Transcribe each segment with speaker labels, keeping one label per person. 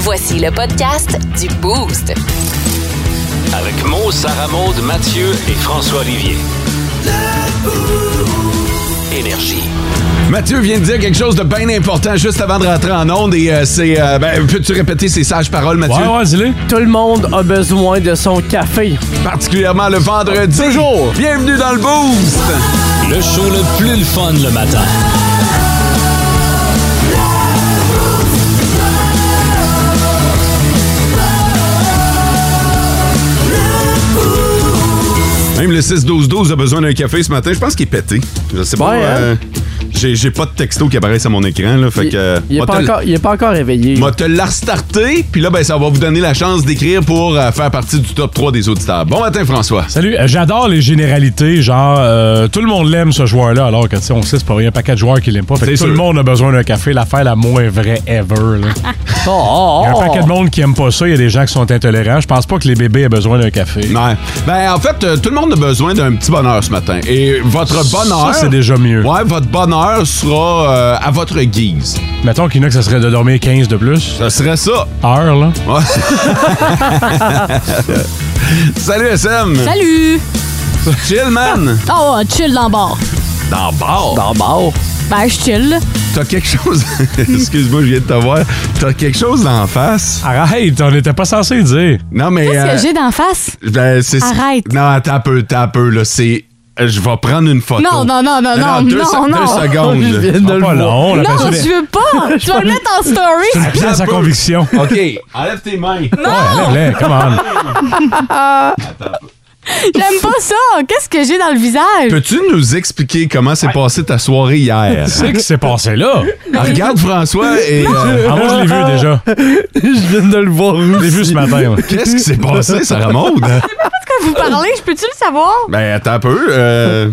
Speaker 1: Voici le podcast du Boost.
Speaker 2: Avec Mo, Sarah Maud, Mathieu et François Olivier. Énergie.
Speaker 3: Mathieu vient de dire quelque chose de bien important juste avant de rentrer en onde et euh, c'est. euh, ben, peux-tu répéter ces sages paroles, Mathieu?
Speaker 4: Ouais, ouais, dis-le.
Speaker 5: Tout le monde a besoin de son café.
Speaker 3: Particulièrement le vendredi. Toujours! Bienvenue dans le Boost!
Speaker 2: Le show le plus le fun le matin.
Speaker 3: Même le 6-12-12 a besoin d'un café ce matin. Je pense qu'il est pété. Je sais pas.
Speaker 5: Ouais, hein?
Speaker 3: euh, j'ai, j'ai pas de texto qui apparaissent à mon écran, là. Fait
Speaker 5: Il,
Speaker 3: que. euh,
Speaker 5: il est
Speaker 3: m'a
Speaker 5: pas
Speaker 3: te l-
Speaker 5: encore, il est pas encore réveillé.
Speaker 3: m'a te la restarter, puis là, ben, ça va vous donner la chance d'écrire pour euh, faire partie du top 3 des auditeurs. Bon matin, François.
Speaker 4: Salut, euh, j'adore les généralités. Genre, euh, tout le monde l'aime ce joueur-là, alors que tu sais, on sait, c'est pas vrai, il y a un paquet de joueurs qui l'aiment pas. Fait que
Speaker 3: C'est sûr.
Speaker 4: tout le monde a besoin d'un café. L'affaire la moins vraie ever. là.
Speaker 5: Oh, oh,
Speaker 4: Il y a
Speaker 5: oh.
Speaker 4: un paquet de monde qui aime pas ça. Il y a des gens qui sont intolérants. Je pense pas que les bébés aient besoin d'un café.
Speaker 3: Ouais. Ben, en fait, euh, tout le monde a besoin d'un petit bonheur ce matin. Et votre
Speaker 4: Ça,
Speaker 3: bonheur.
Speaker 4: c'est déjà mieux.
Speaker 3: Ouais, votre bonheur sera euh, à votre guise.
Speaker 4: Mettons qu'il y en a que ça serait de dormir 15 de plus.
Speaker 3: Ça serait ça.
Speaker 4: Heure, là.
Speaker 3: Ouais. Salut, SM.
Speaker 6: Salut!
Speaker 3: Chill, man.
Speaker 6: Oh, chill dans le bar.
Speaker 3: Dans le bar.
Speaker 5: Dans le bar.
Speaker 6: Ben, je chill. là.
Speaker 3: T'as quelque chose. Excuse-moi, je viens de te voir. T'as quelque chose d'en face.
Speaker 4: Arrête, on n'était pas censé dire.
Speaker 3: Non, mais.
Speaker 6: Qu'est-ce
Speaker 3: euh,
Speaker 6: que j'ai d'en face?
Speaker 3: ben, c'est-
Speaker 6: Arrête.
Speaker 3: Non, attends un peu, attends un peu, là. C'est. euh, Je vais prendre une photo.
Speaker 6: Non, non, non, non, non,
Speaker 3: deux,
Speaker 6: non,
Speaker 3: se-
Speaker 6: non.
Speaker 3: deux secondes.
Speaker 5: Je
Speaker 3: là.
Speaker 5: viens de
Speaker 4: Ah,
Speaker 5: le voir.
Speaker 4: pas long, on appelle ça
Speaker 6: Non,
Speaker 4: des-
Speaker 6: tu veux pas! Tu vas le mettre en story!
Speaker 4: Puis à sa conviction. Ouais,
Speaker 3: OK, enlève tes mains.
Speaker 4: lève-les, come on.
Speaker 6: J'aime pas ça! Qu'est-ce que j'ai dans le visage?
Speaker 3: Peux-tu nous expliquer comment s'est passée ta soirée hier?
Speaker 4: C'est que c'est passé là.
Speaker 3: Ah, regarde François et. euh,
Speaker 4: Ah, moi, je l'ai vu déjà.
Speaker 5: Je viens de le voir.
Speaker 4: Je l'ai vu ce matin. ouais.
Speaker 3: Qu'est-ce qui s'est passé, Sarah Maud?
Speaker 6: Vous parlez, je peux-tu le savoir?
Speaker 3: Ben, attends un peu. euh,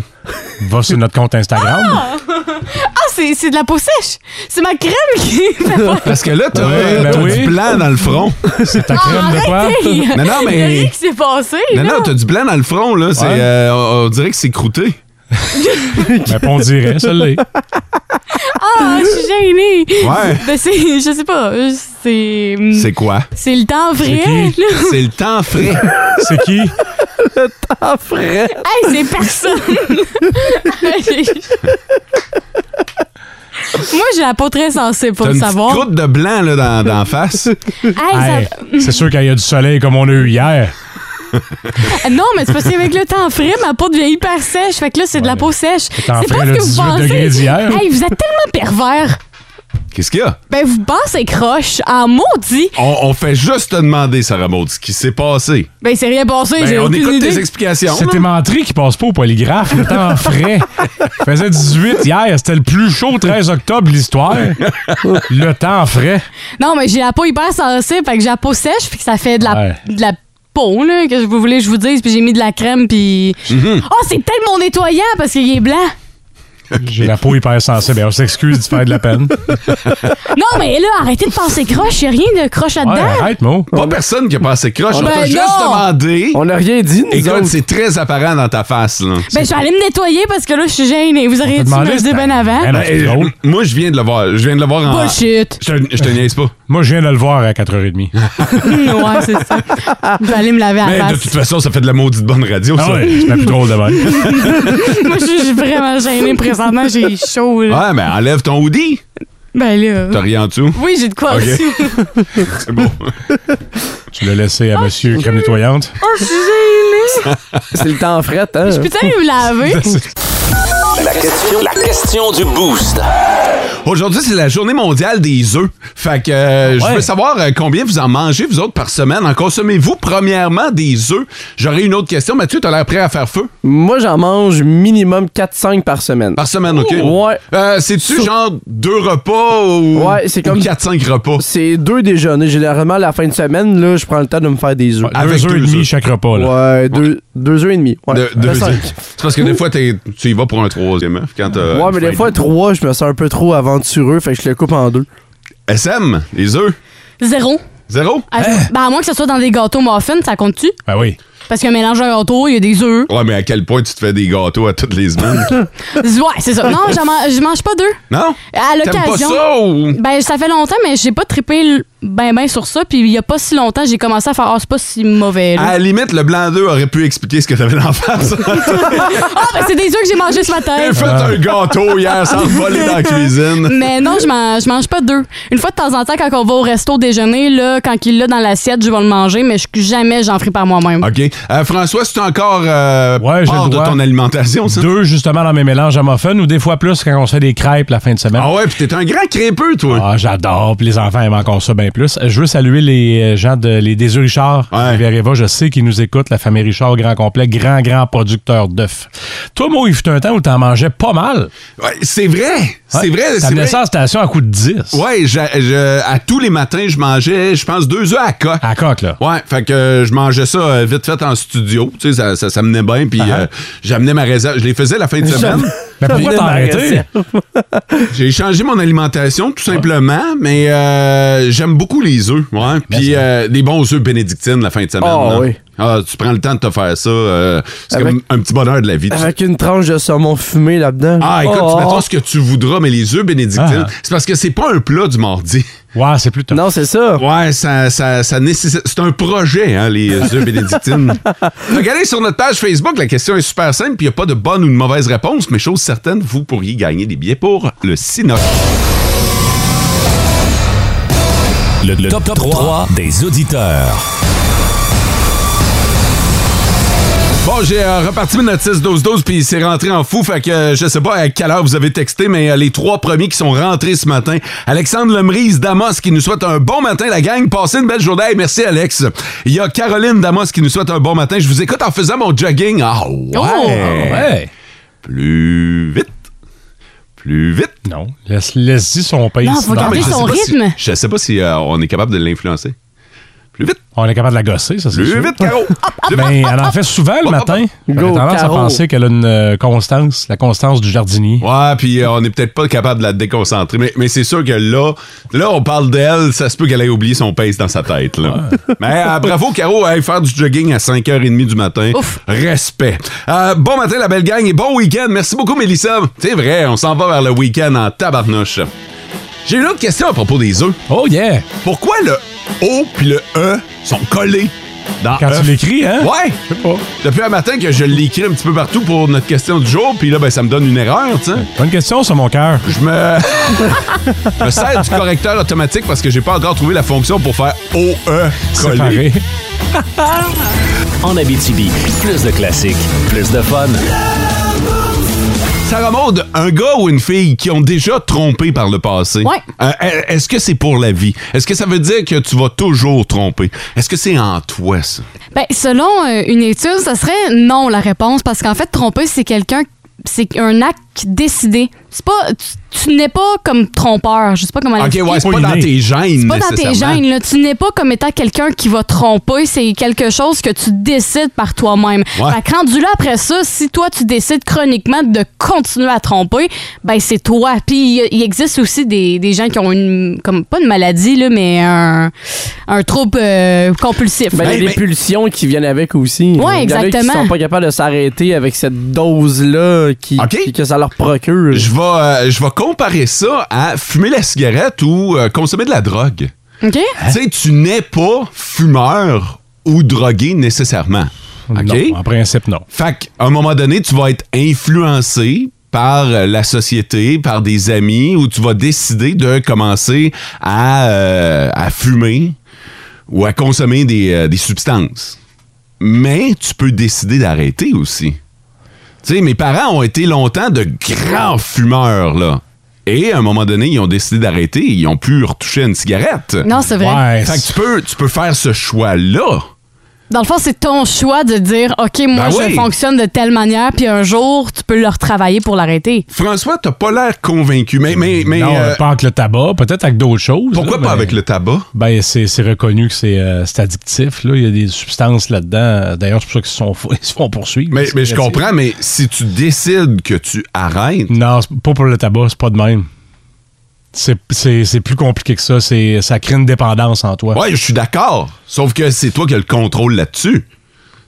Speaker 4: Va sur notre compte Instagram.
Speaker 6: Ah, c'est c'est de la peau sèche! C'est ma crème qui fait pas.
Speaker 3: parce que là, t'as
Speaker 4: Ouais, ben
Speaker 3: t'as
Speaker 4: oui.
Speaker 3: du blanc dans le front.
Speaker 4: C'est ta crème de quoi?
Speaker 6: Arrêtez!
Speaker 3: Non, non, mais-
Speaker 6: Il y a rien qui s'est passé!
Speaker 3: Non,
Speaker 6: là.
Speaker 3: non, t'as du blanc dans le front, là. C'est,
Speaker 4: Ouais.
Speaker 3: euh, on on dirait que c'est croûté.
Speaker 4: Ben, on dirait, ça l'est.
Speaker 6: Ah, je suis gênée!
Speaker 3: Ouais.
Speaker 6: Ben, c'est. Je sais pas. C'est.
Speaker 3: C'est quoi?
Speaker 6: C'est le temps vrai,
Speaker 4: C'est
Speaker 6: là!
Speaker 3: C'est le temps frais.
Speaker 4: C'est qui?
Speaker 5: Ah, frère.
Speaker 6: Hey, c'est personne! Moi, j'ai la peau très sensible pour
Speaker 3: T'as
Speaker 6: le
Speaker 3: une
Speaker 6: savoir.
Speaker 3: petite croûte de blanc là, dans, dans la face.
Speaker 6: Hey,
Speaker 4: Hey, c'est sûr qu'il y a du soleil comme on a eu hier.
Speaker 6: ça- Non, mais c'est parce qu'avec le temps frais, ma peau devient hyper sèche. Fait que là, c'est de la peau sèche. C'est
Speaker 4: temps
Speaker 6: pas
Speaker 4: frais,
Speaker 6: ce
Speaker 4: le
Speaker 6: que vous
Speaker 4: 18 degrés
Speaker 6: pensez.
Speaker 4: d'hier.
Speaker 6: Hey, vous êtes tellement pervers.
Speaker 3: Qu'est-ce qu'il y a?
Speaker 6: Ben, vous pensez croche en maudit.
Speaker 3: On, on fait juste te demander, Sarah Maud, ce qui s'est passé.
Speaker 6: Ben, c'est rien passé.
Speaker 3: Ben,
Speaker 6: j'ai
Speaker 3: on
Speaker 6: aucune
Speaker 3: écoute
Speaker 6: idée.
Speaker 3: tes explications.
Speaker 4: C'était
Speaker 3: là.
Speaker 4: Mentré qui passe pas au polygraphe, le temps frais. Il faisait 18 hier, c'était le plus chaud 13 octobre de l'histoire. Le temps frais.
Speaker 6: Non, mais j'ai la peau hyper sensible. Fait que j'ai la peau sèche. Puis que ça fait de la,
Speaker 4: Ouais.
Speaker 6: de la peau, là, que je vous voulez que je vous dise. Puis j'ai mis de la crème. Puis.
Speaker 3: Mm-hmm.
Speaker 6: Oh, c'est peut-être mon nettoyant parce qu'il est blanc.
Speaker 4: J'ai la peau hyper sensible. Ben, on s'excuse de faire de la peine.
Speaker 6: Non, mais là, arrêtez de penser croche. Il a rien de croche
Speaker 4: Ouais,
Speaker 6: là-dedans.
Speaker 4: arrête, Mo.
Speaker 3: Pas personne qui a passé croche. on
Speaker 6: Ben
Speaker 3: t'a juste
Speaker 6: non!
Speaker 3: demandé.
Speaker 5: On n'a rien dit, nous
Speaker 3: Écoute,
Speaker 5: autres.
Speaker 3: c'est très apparent dans ta face. Là.
Speaker 6: Ben, je suis allée me nettoyer parce que là, je suis gênée. Vous auriez dû me le
Speaker 4: si
Speaker 6: dire
Speaker 4: t'as-
Speaker 6: bien avant.
Speaker 4: Ben non,
Speaker 3: Ben,
Speaker 4: c'est
Speaker 3: euh,
Speaker 4: drôle.
Speaker 3: moi, je viens de le voir. Je viens de le voir en.
Speaker 6: Bullshit.
Speaker 3: Je te, je te niaise pas.
Speaker 4: Moi, je viens de le voir à 4h30.
Speaker 6: ouais, c'est ça. Je vais aller me laver
Speaker 3: Mais
Speaker 6: à
Speaker 3: Ben, de
Speaker 6: face.
Speaker 3: toute façon, ça fait de la maudite bonne radio,
Speaker 4: Ah
Speaker 3: ça.
Speaker 4: ouais, c'est la plus drôle de même.
Speaker 6: Moi, je suis vraiment gênée présentement. J'ai chaud, là.
Speaker 3: Ouais, mais enlève ton hoodie.
Speaker 6: Ben
Speaker 3: T'as
Speaker 6: là.
Speaker 3: rien en dessous.
Speaker 6: Oui, j'ai de quoi
Speaker 3: Ok.
Speaker 6: aussi.
Speaker 3: C'est bon.
Speaker 4: Tu l'as laissé à monsieur crème nettoyante.
Speaker 6: Oh, je suis gênée.
Speaker 5: C'est le temps fret, hein?
Speaker 6: Je peux-tu aller me laver?
Speaker 2: La question, la question du boost.
Speaker 3: Aujourd'hui, c'est la journée mondiale des œufs. Fait que euh, je
Speaker 4: Ouais.
Speaker 3: veux savoir euh, combien vous en mangez, vous autres, par semaine. En consommez-vous premièrement des œufs? J'aurais une autre question. Mathieu, t'as l'air prêt à faire feu?
Speaker 5: Moi, j'en mange minimum 4-5 par semaine.
Speaker 3: Par semaine, OK?
Speaker 5: Ouais.
Speaker 3: Euh, C'est-tu genre deux repas ou,
Speaker 5: Ouais, c'est
Speaker 3: ou
Speaker 5: comme-
Speaker 3: 4-5 repas?
Speaker 5: C'est deux déjeuners. Généralement, la fin de semaine, là, je prends le temps de me faire des œufs.
Speaker 3: Avec
Speaker 4: 2h30
Speaker 3: deux
Speaker 4: chaque repas. là.
Speaker 5: Ouais, deux, deux œufs et demi. Ouais,
Speaker 3: De-
Speaker 5: Ben,
Speaker 3: deux-
Speaker 5: cinq.
Speaker 3: C'est parce que des fois, t'es- tu y vas pour un troisième œuf quand t'as-
Speaker 5: Ouais, mais des fois, trois, je me sens un peu trop aventureux, fait que je le coupe en deux.
Speaker 3: SM, les œufs,
Speaker 6: Zéro.
Speaker 3: zéro?
Speaker 6: Ah, je- Ben, à moins que ce soit dans des gâteaux muffins, ça compte-tu?
Speaker 4: Ben oui.
Speaker 6: Parce qu'il y a un mélange de gâteaux, il y a des œufs.
Speaker 3: Ouais, mais à quel point tu te fais des gâteaux à toutes les semaines?
Speaker 6: Ouais, c'est ça. Non, j'en man- je mange pas d'œufs.
Speaker 3: non?
Speaker 6: À
Speaker 3: T'aimes pas
Speaker 6: l'occasion.
Speaker 3: ça ou...
Speaker 6: Ben, ça fait longtemps, mais j'ai pas trippé l- ben ben sur ça. Puis il y a pas si longtemps, j'ai commencé à faire Ah, c'est pas si mauvais.
Speaker 3: À
Speaker 6: là.
Speaker 3: la limite, le blanc d'œuf aurait pu expliquer ce que t'avais dans la face.
Speaker 6: Ah, ben c'est des œufs que j'ai mangés ce matin.
Speaker 3: J'ai fait un gâteau hier sans le voler dans la cuisine.
Speaker 6: Mais non, je mange, je mange pas deux. Une fois de temps en temps, quand on va au resto déjeuner, là, quand il l'a dans l'assiette, je vais le manger, mais je, jamais j'en ferai par moi-même.
Speaker 3: OK. Euh, François, c'est encore euh,
Speaker 4: Ouais, j'ai
Speaker 3: part
Speaker 4: le
Speaker 3: de
Speaker 4: droit.
Speaker 3: ton alimentation, ça?
Speaker 4: Deux, justement, dans mes mélanges à muffins ou des fois plus quand on se fait des crêpes la fin de semaine.
Speaker 3: Ah ouais, puis t'es un grand crépeux, toi.
Speaker 4: Ah, j'adore. Puis les enfants aiment encore ça bien plus. Euh, Je veux saluer les euh, gens de les des œufs Richard.
Speaker 3: Ouais.
Speaker 4: de Vereva, je sais qu'ils nous écoutent, la famille Richard au grand complet, grand, grand producteur d'œufs. Toi, moi, il fut un temps où t'en mangeais pas mal.
Speaker 3: Ouais, c'est vrai. C'est
Speaker 4: Ah. Ouais.
Speaker 3: vrai. C'est
Speaker 4: T'amenais
Speaker 3: vrai.
Speaker 4: ça en station à coup de 10.
Speaker 3: Ouais, j'a- je- à tous les matins, je mangeais, je pense, deux œufs à coque.
Speaker 4: À coque, là.
Speaker 3: Ouais, fait que euh, je mangeais ça euh, vite fait en studio, tu sais, ça, ça, ça menait bien, puis
Speaker 5: Ah
Speaker 3: euh, j'amenais ma réserve, je les faisais la fin de semaine.
Speaker 4: Mais pourquoi
Speaker 5: Venez
Speaker 4: t'as
Speaker 5: de ma
Speaker 4: arrêté?
Speaker 5: recette.
Speaker 3: J'ai changé mon alimentation, tout simplement, mais euh, j'aime beaucoup les œufs, ouais, puis euh, des bons œufs bénédictines la fin de semaine.
Speaker 5: Ah,
Speaker 3: là.
Speaker 5: oui.
Speaker 3: Ah, tu prends le temps de te faire ça, euh, c'est
Speaker 5: Avec-
Speaker 3: comme un petit bonheur de la vie. tu sais.
Speaker 5: Avec une tranche de saumon fumé là-dedans.
Speaker 3: Ah, écoute,
Speaker 5: Oh,
Speaker 3: tu
Speaker 5: oh,
Speaker 3: mettras ce que tu voudras, mais les œufs bénédictines,
Speaker 4: Ah.
Speaker 3: c'est parce que c'est pas un plat du mardi.
Speaker 4: Ouais, c'est plus
Speaker 5: oh.
Speaker 4: tard.
Speaker 5: Non, c'est ça.
Speaker 3: Ouais, ça, ça, ça nécessite. C'est un projet, hein, les œufs bénédictines. Regardez sur notre page Facebook, la question est super simple, puis il n'y a pas de bonne ou de mauvaise réponse, mais chose certaine, vous pourriez gagner des billets pour le Cinoc.
Speaker 2: Le, le top, 3, des auditeurs.
Speaker 3: Bon, j'ai euh, reparti mes notices 12-12, puis c'est rentré en fou. Fait que euh, je sais pas à quelle heure vous avez texté, mais euh, les trois premiers qui sont rentrés ce matin. Alexandre Lemrise d'Amos qui nous souhaite un bon matin, la gang. Passez une belle journée. Hey, merci, Alex. Il y a Caroline d'Amos qui nous souhaite un bon matin. Je vous écoute en faisant mon jogging. Ah ouais!
Speaker 6: Oh!
Speaker 4: Ouais.
Speaker 3: Plus vite! Plus vite!
Speaker 4: Non. Laisse- Laisse-y son pays.
Speaker 6: Non, faut
Speaker 4: sinon.
Speaker 6: garder
Speaker 3: mais je
Speaker 6: son
Speaker 3: sais pas si-
Speaker 6: rythme.
Speaker 3: je sais pas si euh, on est capable de l'influencer. Plus vite!
Speaker 4: On est capable de la gosser, ça, c'est
Speaker 3: Plus
Speaker 4: sûr.
Speaker 3: vite, Caro! Plus vite.
Speaker 4: Ben, elle en fait souvent le
Speaker 3: hop,
Speaker 4: matin. J'ai
Speaker 5: Go,
Speaker 4: tendance
Speaker 5: Caro.
Speaker 4: à penser qu'elle a une euh, constance, la constance du jardinier.
Speaker 3: Ouais, puis euh, on n'est peut-être pas capable de la déconcentrer, mais, mais c'est sûr que là, là, on parle d'elle, ça se peut qu'elle ait oublié son pace dans sa tête. Là. Mais euh, bravo, Caro, hey, faire du jogging à 5h30 du matin.
Speaker 6: Ouf.
Speaker 3: Respect. Euh, bon matin, la belle gang, et bon week-end. Merci beaucoup, Mélissa. C'est vrai, on s'en va vers le week-end en tabarnouche. J'ai une autre question à propos des œufs.
Speaker 4: Oh yeah!
Speaker 3: Pourquoi le O puis le E sont collés dans
Speaker 4: Quand
Speaker 3: œuf?
Speaker 4: tu l'écris, hein?
Speaker 3: Euh, Ouais!
Speaker 4: Je sais pas.
Speaker 3: Depuis un matin que je l'écris un petit peu partout pour notre question du jour, puis là, ben, ça me donne une erreur, tu sais.
Speaker 4: Bonne question sur mon cœur.
Speaker 3: Je me... je me sers du correcteur automatique parce que j'ai pas encore trouvé la fonction pour faire E, OE collé.
Speaker 4: Séparé.
Speaker 2: En Abitibi, plus de classiques, plus de fun.
Speaker 3: Ça remonte un gars ou une fille qui ont déjà trompé par le passé.
Speaker 6: Ouais.
Speaker 3: Euh, Est-ce que c'est pour la vie? Est-ce que ça veut dire que tu vas toujours tromper? Est-ce que c'est en toi, ça?
Speaker 6: Ben, selon euh, une étude, ça serait non la réponse, parce qu'en fait, tromper, c'est quelqu'un, c'est un acte décidé. C'est pas, tu, tu n'es pas comme trompeur. Je sais pas comment.
Speaker 3: OK,
Speaker 6: l'expliquer.
Speaker 3: ouais, c'est pas
Speaker 4: Pas
Speaker 3: dans
Speaker 4: inné.
Speaker 3: tes gènes,
Speaker 6: Euh, C'est pas dans tes
Speaker 3: nécessairement.
Speaker 6: gènes, là. Tu n'es pas comme étant quelqu'un qui va tromper. C'est quelque chose que tu décides par toi-même.
Speaker 3: Ouais.
Speaker 6: Fait que rendu là après ça, si toi, tu décides chroniquement de continuer à tromper, ben, c'est toi. Puis, il- il existe aussi des, des gens qui ont une, comme, pas une maladie, là, mais un, un trouble euh, compulsif.
Speaker 5: Ben, il y
Speaker 3: Hey,
Speaker 5: a des
Speaker 3: mais-
Speaker 5: pulsions qui viennent avec aussi.
Speaker 6: Ouais,
Speaker 5: Il y en a qui
Speaker 6: exactement.
Speaker 5: sont pas capables de s'arrêter avec cette dose-là qui,
Speaker 3: Ok.
Speaker 5: qui- que ça leur procure.
Speaker 3: Je vais, euh, je vais comparer ça à fumer la cigarette ou euh, consommer de la drogue.
Speaker 6: OK?
Speaker 4: Hein?
Speaker 3: Tu sais, tu n'es pas fumeur ou drogué nécessairement. OK?
Speaker 4: Non, ah en principe, non.
Speaker 3: Fait qu'à un moment donné, tu vas être influencé par euh, la société, par des amis, ou tu vas décider de commencer à, euh, à fumer ou à consommer des, euh, des substances. Mais tu peux décider d'arrêter aussi. Tu sais, mes parents ont été longtemps de grands fumeurs, là. Et à un moment donné, ils ont décidé d'arrêter. Ils ont pu retoucher à une cigarette.
Speaker 6: Non, c'est vrai.
Speaker 4: Ouais.
Speaker 3: Fait que tu peux, tu peux faire ce choix-là.
Speaker 6: Dans le fond, c'est ton choix de dire, OK, moi,
Speaker 3: Ben
Speaker 6: je
Speaker 3: oui.
Speaker 6: fonctionne de telle manière, puis un jour, tu peux le retravailler pour l'arrêter.
Speaker 3: François, t'as pas l'air convaincu, mais, mais, mais
Speaker 4: non,
Speaker 3: euh,
Speaker 4: pas avec le tabac, peut-être avec d'autres choses.
Speaker 3: pourquoi
Speaker 4: là,
Speaker 3: pas
Speaker 4: ben-
Speaker 3: avec le tabac?
Speaker 4: Ben, c'est c'est reconnu que c'est euh, c'est addictif. Là. Il y a des substances là-dedans. D'ailleurs, c'est pour ça qu'ils se, sont fo- ils se font poursuivre.
Speaker 3: Mais,
Speaker 4: C'est
Speaker 3: mais je
Speaker 4: créatif.
Speaker 3: comprends, mais si tu décides que tu arrêtes,
Speaker 4: Non, c'est pas pour le tabac, c'est pas de même. C'est- C'est c'est plus compliqué que ça. C'est- Ça crée une dépendance en toi.
Speaker 3: ouais, je suis d'accord. Sauf que c'est toi qui as le contrôle là-dessus.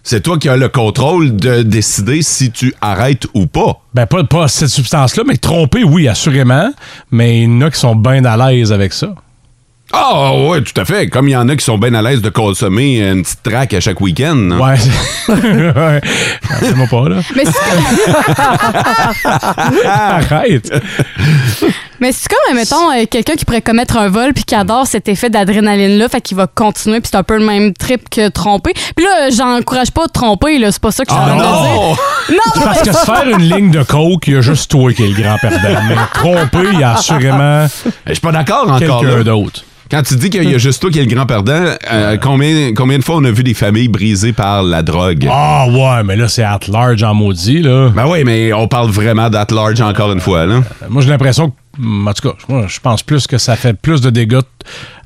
Speaker 3: C'est toi qui as le contrôle de décider si tu arrêtes ou pas.
Speaker 4: Ben, pas, pas cette substance-là, mais tromper, oui, assurément. Mais il y en a qui sont bien à l'aise avec ça.
Speaker 3: Ah ouais, tout à fait. Comme il y en a qui sont bien à l'aise de consommer une petite traque à chaque week-end. hein.
Speaker 4: Ouais. ouais. Appelle-moi pas, là.
Speaker 6: Mais c'est
Speaker 3: Ah.
Speaker 4: Arrête.
Speaker 6: mais c'est comme, mettons, euh, quelqu'un qui pourrait commettre un vol puis qui adore cet effet d'adrénaline-là, fait qu'il va continuer puis c'est un peu le même trip que tromper. Puis là, euh, j'encourage pas à tromper, là, c'est pas ça que je suis en train de dire.
Speaker 3: Ah, non!
Speaker 6: Non,
Speaker 4: Parce que se faire une ligne de coke, il y a juste toi qui es le grand perdant. Mais tromper, il y a assurément
Speaker 3: Eh, Je suis pas d'accord encore.
Speaker 4: quelqu'un
Speaker 3: là.
Speaker 4: d'autre.
Speaker 3: Quand tu dis qu'il y a juste toi qui est le grand perdant, euh, combien, combien de fois on a vu des familles brisées par la drogue?
Speaker 4: Ah ouais, mais là, c'est at large en maudit, là.
Speaker 3: Ben oui, mais on parle vraiment d'at large encore une fois. Là.
Speaker 4: Moi, j'ai l'impression que. mm, En tout cas, moi, je pense plus que ça fait plus de dégâts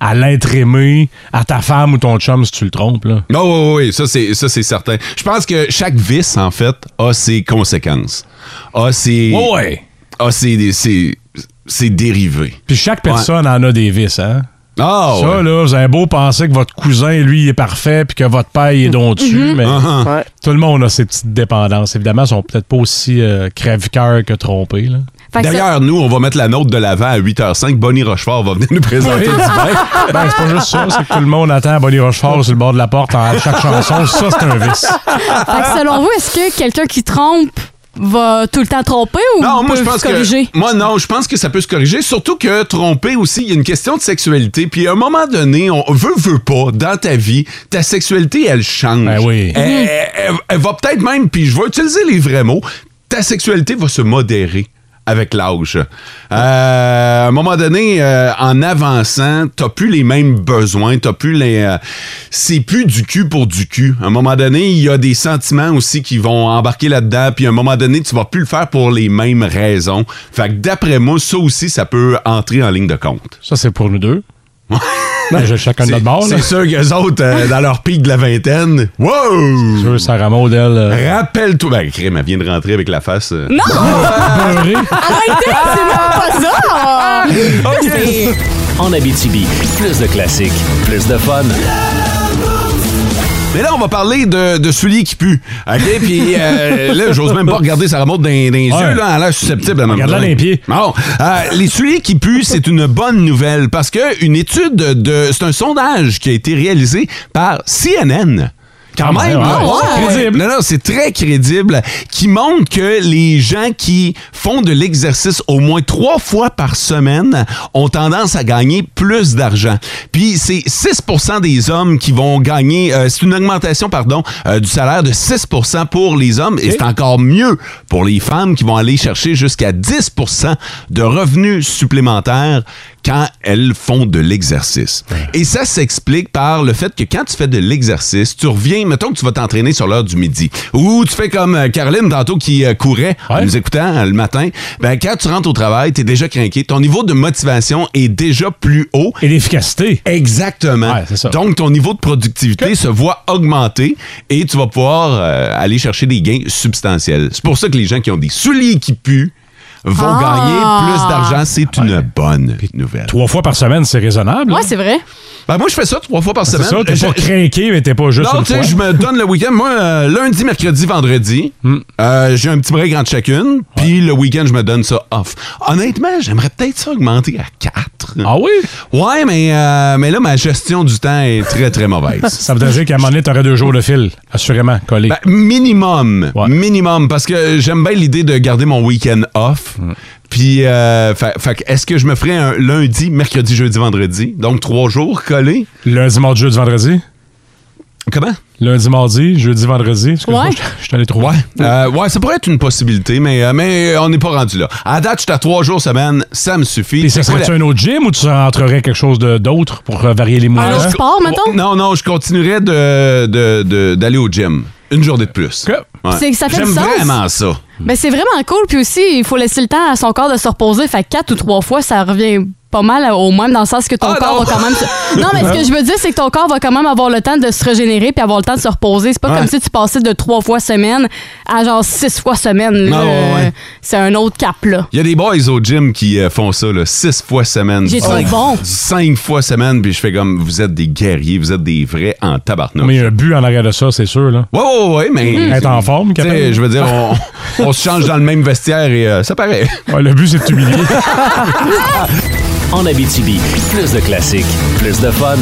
Speaker 4: à l'être aimé, à ta femme ou ton chum si tu le trompes, là.
Speaker 3: Non, Ah oui, oui, oui, ça c'est ça c'est certain. Je pense que chaque vice en fait a ses conséquences, a ses
Speaker 4: Ouais.
Speaker 3: a ses, ses- ses dérivés.
Speaker 4: Puis chaque personne en a des vices, hein?
Speaker 3: Ah
Speaker 4: ça,
Speaker 3: ouais.
Speaker 4: là, vous avez beau penser que votre cousin, lui, il est parfait, puis que votre père, il est donc dessus, mais
Speaker 3: Uh-huh.
Speaker 5: Ouais.
Speaker 4: tout le monde a ses petites dépendances. Évidemment, ils sont peut-être pas aussi euh, crève-cœur que trompés, là.
Speaker 6: Fait que ça-
Speaker 3: D'ailleurs, nous, on va mettre la note de l'avant à 8h05. Bonnie Rochefort va venir nous présenter.
Speaker 4: ben, c'est pas juste ça, c'est que tout le monde attend Bonnie Rochefort sur le bord de la porte à chaque chanson. Ça, c'est un vice.
Speaker 6: Fait que selon vous, est-ce que quelqu'un qui trompe va tout le temps tromper ou
Speaker 3: Non,
Speaker 6: peut
Speaker 3: moi je pense
Speaker 6: se corriger?
Speaker 3: que moi non, je pense que ça peut se corriger. Surtout que tromper aussi, il y a une question de sexualité. Puis à un moment donné, on veut veut pas dans ta vie, ta sexualité elle change.
Speaker 4: Ben oui.
Speaker 3: Elle, elle- elle- elle eh, va peut-être même, puis je vais utiliser les vrais mots. Ta sexualité va se modérer avec l'âge. Euh, à un moment donné, euh, en avançant, t'as plus les mêmes besoins, t'as plus les... euh, c'est plus du cul pour du cul. À un moment donné, il y a des sentiments aussi qui vont embarquer là-dedans, puis à un moment donné, tu vas plus le faire pour les mêmes raisons. Fait que d'après moi, ça aussi, ça peut entrer en ligne de compte.
Speaker 4: Ça, c'est pour nous deux. Mais j'ai chacun de
Speaker 3: C'est
Speaker 4: notre bord, là.
Speaker 3: c'est sûr qu'eux autres, euh, dans leur pic de la vingtaine, wow!
Speaker 4: Tu veux, Sarah Maud, elle, euh,
Speaker 3: Rappelle-toi. Ben, crème, elle vient de rentrer avec la face. euh.
Speaker 4: beurrée.
Speaker 3: Ah,
Speaker 6: Arrêtez, c'est même pas ça! C'est-
Speaker 2: En Abitibi, plus de classiques, plus de fun.
Speaker 3: Mais là, on va parler de, de souliers qui puent. OK? Puis euh, là, j'ose même pas regarder ça remonte dans, dans les yeux,
Speaker 4: Ouais.
Speaker 3: là. Elle a l'air susceptible à même
Speaker 4: Regarde-la
Speaker 3: temps.
Speaker 4: dans les pieds.
Speaker 3: Bon. euh, les souliers qui puent, c'est une bonne nouvelle parce que une étude de. C'est un sondage qui a été réalisé par CNN. Quand
Speaker 4: Ah,
Speaker 3: même,
Speaker 4: ouais,
Speaker 3: là.
Speaker 4: ouais. C'est crédible.
Speaker 3: Non, non, c'est très crédible, qui montre que les gens qui font de l'exercice au moins trois fois par semaine ont tendance à gagner plus d'argent. Puis c'est 6 des hommes qui vont gagner, euh, c'est une augmentation, pardon, euh, du salaire de 6 pour les hommes et c'est encore mieux pour les femmes qui vont aller chercher jusqu'à 10 de revenus supplémentaires quand elles font de l'exercice. Et ça s'explique par le fait que quand tu fais de l'exercice, tu reviens, mettons que tu vas t'entraîner sur l'heure du midi, ou tu fais comme euh, Caroline tantôt qui euh, courait en
Speaker 4: Ouais.
Speaker 3: nous écoutant euh, le matin, ben quand tu rentres au travail, tu es déjà craqué, ton niveau de motivation est déjà plus haut.
Speaker 4: Et l'efficacité.
Speaker 3: Exactement.
Speaker 4: Ouais, c'est ça.
Speaker 3: Donc, ton niveau de productivité se voit augmenter et tu vas pouvoir euh, aller chercher des gains substantiels. C'est pour ça que les gens qui ont des souliers qui puent vont
Speaker 6: Ah.
Speaker 3: gagner plus d'argent. C'est une bonne nouvelle.
Speaker 4: Trois fois par semaine, c'est raisonnable.
Speaker 6: Ouais, c'est vrai.
Speaker 3: Ben, moi, je fais ça trois fois par
Speaker 4: Ah, C'est
Speaker 3: semaine.
Speaker 4: ça, t'es
Speaker 3: Je-
Speaker 4: pas craqué, mais t'es pas juste
Speaker 3: non,
Speaker 4: une
Speaker 3: tu sais,
Speaker 4: fois.
Speaker 3: je me donne le week-end. Moi, euh, lundi, mercredi, vendredi,
Speaker 4: Hmm.
Speaker 3: euh, j'ai un petit break entre chacune. Puis le week-end, je me donne ça off. Honnêtement, j'aimerais peut-être ça augmenter à quatre.
Speaker 4: Ah oui?
Speaker 3: Ouais, mais, euh, mais là, ma gestion du temps est très, très mauvaise.
Speaker 4: Ça veut dire qu'à un moment donné, t'aurais deux jours de fil, assurément, collé.
Speaker 3: Ben, minimum.
Speaker 4: Ouais.
Speaker 3: Minimum. Parce que j'aime bien l'idée de garder mon week-end off.
Speaker 4: Mm.
Speaker 3: Puis, euh, fa- fait que est-ce que je me ferais un lundi, mercredi, jeudi, vendredi? Donc, trois jours collés.
Speaker 4: Lundi, mardi, jeudi, vendredi.
Speaker 3: Comment?
Speaker 4: Lundi, mardi, jeudi, vendredi. Excuse-moi,
Speaker 6: Ouais.
Speaker 4: je je suis allé trop loin.
Speaker 3: Euh, ouais, ça pourrait être une possibilité, mais, euh, mais on n'est pas rendu là. À date, je suis à trois jours semaine, ça me suffit.
Speaker 4: Et ça
Speaker 3: C'est quoi
Speaker 4: serait-tu
Speaker 3: la-
Speaker 4: un autre gym ou tu rentrerais quelque chose de- d'autre pour euh, varier les
Speaker 6: Un
Speaker 4: mouvements?
Speaker 6: autre sport, mettons?
Speaker 3: Non, non, je continuerais de- de- de- d'aller au gym. Une journée de plus.
Speaker 4: Ok.
Speaker 6: C'est que ça fait
Speaker 3: J'aime
Speaker 6: du sens.
Speaker 3: vraiment ça.
Speaker 6: Ben, c'est vraiment cool. Puis aussi, il faut laisser le temps à son corps de se reposer. Fait que quatre ou trois fois, ça revient pas mal au même dans le sens que ton
Speaker 3: Ah,
Speaker 6: corps
Speaker 3: non.
Speaker 6: va quand même se- non mais ce que je veux dire c'est que ton corps va quand même avoir le temps de se régénérer puis avoir le temps de se reposer c'est pas
Speaker 3: Ouais.
Speaker 6: comme si tu passais de trois fois semaine à genre six fois semaine là.
Speaker 3: Ah, ouais, ouais.
Speaker 6: c'est un autre cap là
Speaker 3: Il y a des boys au gym qui euh, font ça, là, six fois semaine.
Speaker 6: J'ai trouvé
Speaker 3: cinq-
Speaker 6: bon.
Speaker 3: Cinq fois semaine, puis je fais comme, vous êtes des guerriers, vous êtes des vrais en tabarnak.
Speaker 4: Mais il y a un but en arrière de ça, c'est sûr. Là.
Speaker 3: Ouais, ouais, ouais, mais...
Speaker 4: Être en forme,
Speaker 3: Tu sais,
Speaker 4: capable.
Speaker 3: Je veux dire, on, on se change dans le même vestiaire et euh, ça paraît.
Speaker 4: Ouais, le but, c'est de t'humilier.
Speaker 2: en Abitibi. Plus de classiques, plus de fun.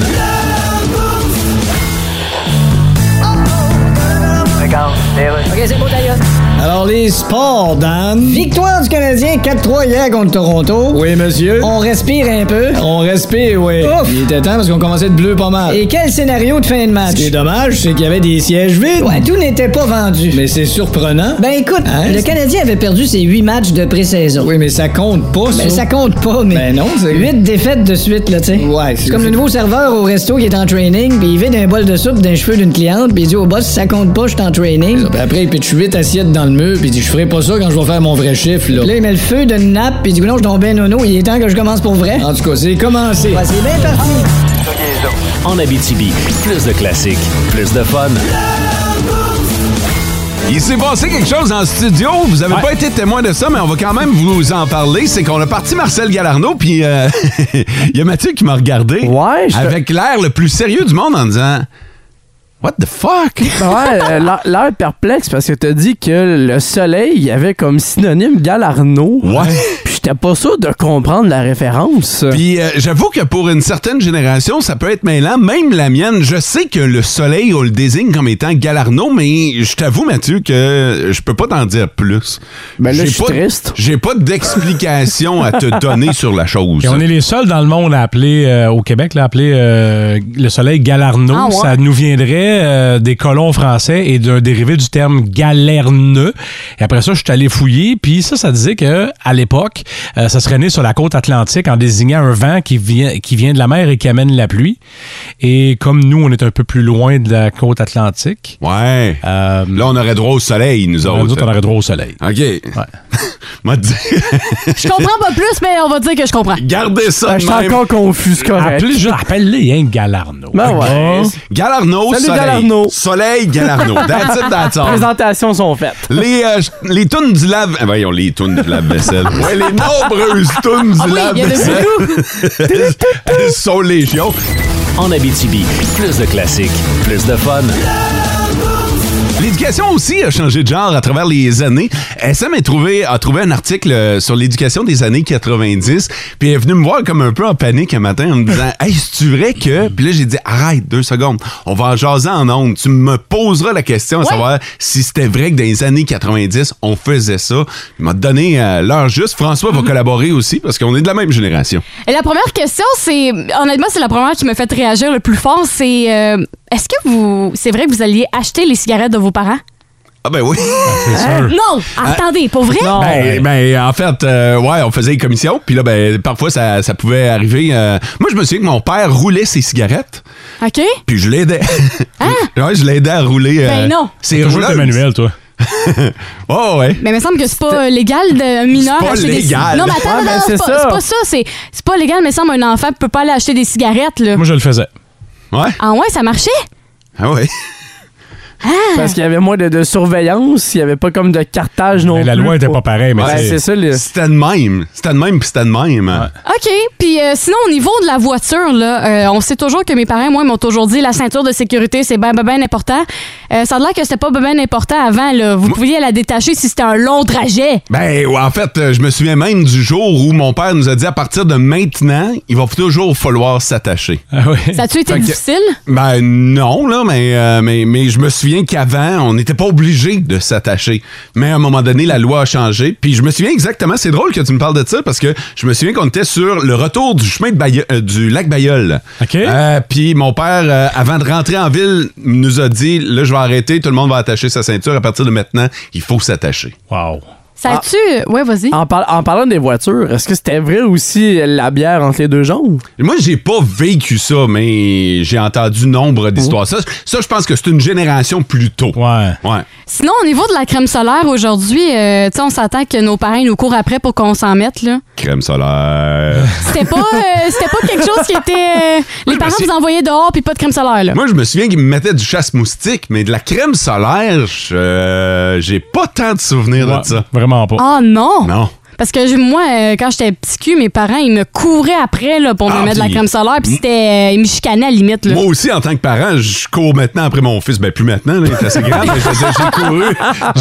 Speaker 7: Alors, les sports, Dan. Victoire du Canadien 4-3 hier contre Toronto. Oui, monsieur. On respire un peu. On respire, oui. Il était temps parce qu'on commençait de bleu pas mal. Et quel scénario de fin de match? Ce qui est dommage, c'est qu'il y avait des sièges vides. Ouais, tout n'était pas vendu. Mais c'est surprenant. Ben écoute, le Canadien avait perdu ses 8 matchs de pré-saison. Oui, mais ça compte pas, ça. ça compte pas, mais. Ben non, c'est. 8 défaites de suite, là, tu sais. Ouais, c'est comme le nouveau serveur au resto qui est en training, puis il vide un bol de soupe d'un cheveu d'une cliente, puis il dit au boss, ça compte pas, je suis en training. après, il pitch 8 assiettes dans le mur, puis il dit, je ferai pas ça quand je vais faire mon vrai chiffre, là. Là, il met le feu d'une nappe, puis il dit, non, je tombe bien nono, il est temps que je commence pour vrai. En tout cas, c'est commencé. c'est bien parti.
Speaker 2: En Abitibi, plus de classiques, plus de fun.
Speaker 3: Il s'est passé quelque chose en studio. Vous avez pas été témoin de ça, mais on va quand même vous en parler. C'est qu'on a parti Marcel Galarno, puis euh, il y a Mathieu qui m'a regardé
Speaker 5: Ouais, je te-
Speaker 3: avec l'air le plus sérieux du monde en disant What the fuck?
Speaker 5: Ouais, euh, l'air- l'air perplexe parce que t'as dit que le soleil il y avait comme synonyme Galarno.
Speaker 3: Ouais.
Speaker 5: Puis j'étais pas sûr de comprendre la référence.
Speaker 3: Puis euh, j'avoue que pour une certaine génération, ça peut être mêlant, même la mienne. Je sais que le soleil, on le désigne comme étant Galarno, mais je t'avoue, Mathieu, que je peux pas t'en dire plus.
Speaker 5: Ben là,
Speaker 3: J'ai
Speaker 5: je suis
Speaker 3: pas-
Speaker 5: triste.
Speaker 3: J'ai pas d'explication à te donner sur la chose.
Speaker 4: Et on est les seuls dans le monde à appeler, euh, au Québec, là, à appeler euh, le soleil Galarno.
Speaker 6: Ah ouais?
Speaker 4: Ça nous viendrait euh, des colons français et d'un dérivé du terme galerneux. Et après ça, je suis allé fouiller, puis ça, ça disait que à l'époque, euh, ça serait né sur la côte atlantique en désignant un vent qui vient, qui vient de la mer et qui amène la pluie. Et comme nous, on est un peu plus loin de la côte atlantique,
Speaker 3: Ouais.
Speaker 4: euh,
Speaker 3: Là, on aurait droit au soleil, nous
Speaker 4: nous
Speaker 3: autres.
Speaker 4: autres, on aurait droit au soleil.
Speaker 3: OK. M'a dit-
Speaker 6: Je comprends pas plus, mais on va dire que je comprends.
Speaker 3: Gardez ça
Speaker 5: Ben,
Speaker 3: de
Speaker 5: je suis
Speaker 3: même.
Speaker 5: encore confus, c'est correct.
Speaker 4: Appelez, juste appelle-les, hein, Galarno.
Speaker 5: Ben ouais.
Speaker 4: Bon.
Speaker 3: Galarno,
Speaker 5: Salut,
Speaker 3: soleil.
Speaker 5: Galarno.
Speaker 3: Soleil, Galarno. That's it, that's all.
Speaker 5: Présentations sont faites.
Speaker 3: Les, euh, ch- les tunes du lave... Ah, Voyons, les tunes du lave-vaisselle. Ouais, les nombreuses tunes du
Speaker 6: Ah oui, il y en a
Speaker 3: lave-vaisselle. Elles sont légion.
Speaker 2: En Abitibi, plus de classiques, plus de fun.
Speaker 3: L'éducation aussi a changé de genre à travers les années. SM a trouvé, a trouvé un article euh, sur l'éducation des années 90, puis elle est venue me voir comme un peu en panique un matin en me disant « Hey, c'est vrai que... » Puis là, j'ai dit « Arrête, deux secondes, on va en jaser en ondes. Tu me poseras la question à savoir si c'était vrai que dans les années 90, on faisait ça. » Il m'a donné euh, l'heure juste. François va collaborer aussi parce qu'on est de la même génération.
Speaker 6: Et la première question, c'est honnêtement, c'est la première qui me fait réagir le plus fort. C'est euh, est-ce que vous, c'est vrai que vous alliez acheter les cigarettes de vos parents
Speaker 3: Ah ben oui.
Speaker 4: Euh, C'est sûr.
Speaker 6: Euh, Non, Ah,
Speaker 3: Ah.
Speaker 6: attendez, pour vrai
Speaker 5: Ah. Non.
Speaker 3: Ben, ben, en fait, euh, ouais, on faisait les commissions, puis là, ben, parfois, ça, ça pouvait arriver. euh, Moi, je me souviens que mon père roulait ses cigarettes,
Speaker 6: Ok.
Speaker 3: puis je l'aidais. ouais, je l'aidais à rouler. euh,
Speaker 6: Ah! Ben non.
Speaker 3: Ses
Speaker 4: Toujours
Speaker 3: rouleuses.
Speaker 4: de manuel, toi.
Speaker 3: Oh, ouais.
Speaker 6: Mais il me semble que c'est pas légal d'un mineur
Speaker 3: C'est pas
Speaker 6: acheter
Speaker 3: légal.
Speaker 6: des cigarettes. Non, mais
Speaker 5: Ouais,
Speaker 6: attends,
Speaker 5: mais
Speaker 6: non,
Speaker 5: c'est
Speaker 6: c'est
Speaker 5: ça.
Speaker 6: pas, c'est pas ça. C'est c'est pas légal, mais il semble un enfant peut pas aller acheter des cigarettes. Là.
Speaker 4: Moi, je le faisais.
Speaker 3: Ouais.
Speaker 6: Ah ouais, ça marchait?
Speaker 3: Ah, ouais.
Speaker 5: Parce qu'il y avait moins de, de surveillance, il y avait pas comme de cartage non
Speaker 4: Mais Ben, la
Speaker 5: plus
Speaker 4: loi était
Speaker 5: pour-
Speaker 4: pas pareille, mais
Speaker 5: Ouais,
Speaker 4: c'est-
Speaker 5: c'est ça, le-
Speaker 3: C'était de même. C'était de même, puis c'était de même.
Speaker 6: OK. Puis euh, sinon, au niveau de la voiture, là, euh, on sait toujours que mes parents, moi, ils m'ont toujours dit la ceinture de sécurité, c'est bien, bien, bien important. Euh, ça a l'air que c'était pas bien, bien important avant. Là. Vous pouviez la détacher si c'était un long trajet.
Speaker 3: Ben, ouais, en fait, euh, je me souviens même du jour où mon père nous a dit à partir de maintenant, il va toujours falloir s'attacher.
Speaker 4: Ah oui.
Speaker 6: Ça a-tu été
Speaker 3: Fait que-
Speaker 6: difficile?
Speaker 3: Ben non, là, mais, euh, mais, mais je me souviens qu'avant, on n'était pas obligé de s'attacher. Mais à un moment donné, la loi a changé. Puis je me souviens exactement, c'est drôle que tu me parles de ça, parce que je me souviens qu'on était sur le retour du chemin de Baye- euh, du lac Bayeul.
Speaker 4: OK.
Speaker 3: Euh, puis mon père, euh, avant de rentrer en ville, nous a dit, là, je vais arrêter, tout le monde va attacher sa ceinture. À partir de maintenant, il faut s'attacher.
Speaker 4: Wow.
Speaker 6: Ça a-tu. Ouais, vas-y.
Speaker 5: En, par- en parlant des voitures, est-ce que c'était vrai aussi euh, la bière entre les deux jambes?
Speaker 3: Moi, j'ai pas vécu ça, mais j'ai entendu nombre d'histoires. Ça, ça, je pense que c'est une génération plus tôt.
Speaker 4: Oh. Ouais.
Speaker 3: Ouais.
Speaker 6: Sinon, au niveau de la crème solaire, aujourd'hui, euh, tu sais, on s'attend que nos parents ils nous courent après pour qu'on s'en mette. là.
Speaker 3: Crème solaire.
Speaker 6: C'était pas, euh, c'était pas quelque chose qui était. euh, les parents
Speaker 3: c'est-
Speaker 6: vous envoyaient dehors puis pas de crème solaire. Là.
Speaker 3: Moi, je me souviens qu'ils me mettaient du chasse-moustique, mais de la crème solaire, je- euh, j'ai pas tant de souvenirs
Speaker 4: Ouais,
Speaker 3: de ça.
Speaker 4: Vraiment pas.
Speaker 6: Ah non!
Speaker 3: Non.
Speaker 6: Parce que je- moi, euh, quand j'étais petit cul, mes parents, ils me couraient après là, pour
Speaker 3: Ah,
Speaker 6: me mettre de la
Speaker 3: puis-
Speaker 6: crème solaire. Puis c'était. euh, ils me chicanaient à la limite. Là.
Speaker 3: Moi aussi, en tant que parent, je cours maintenant après mon fils. Ben, plus maintenant, là, il est assez grand, mais je veux dire, j'ai couru,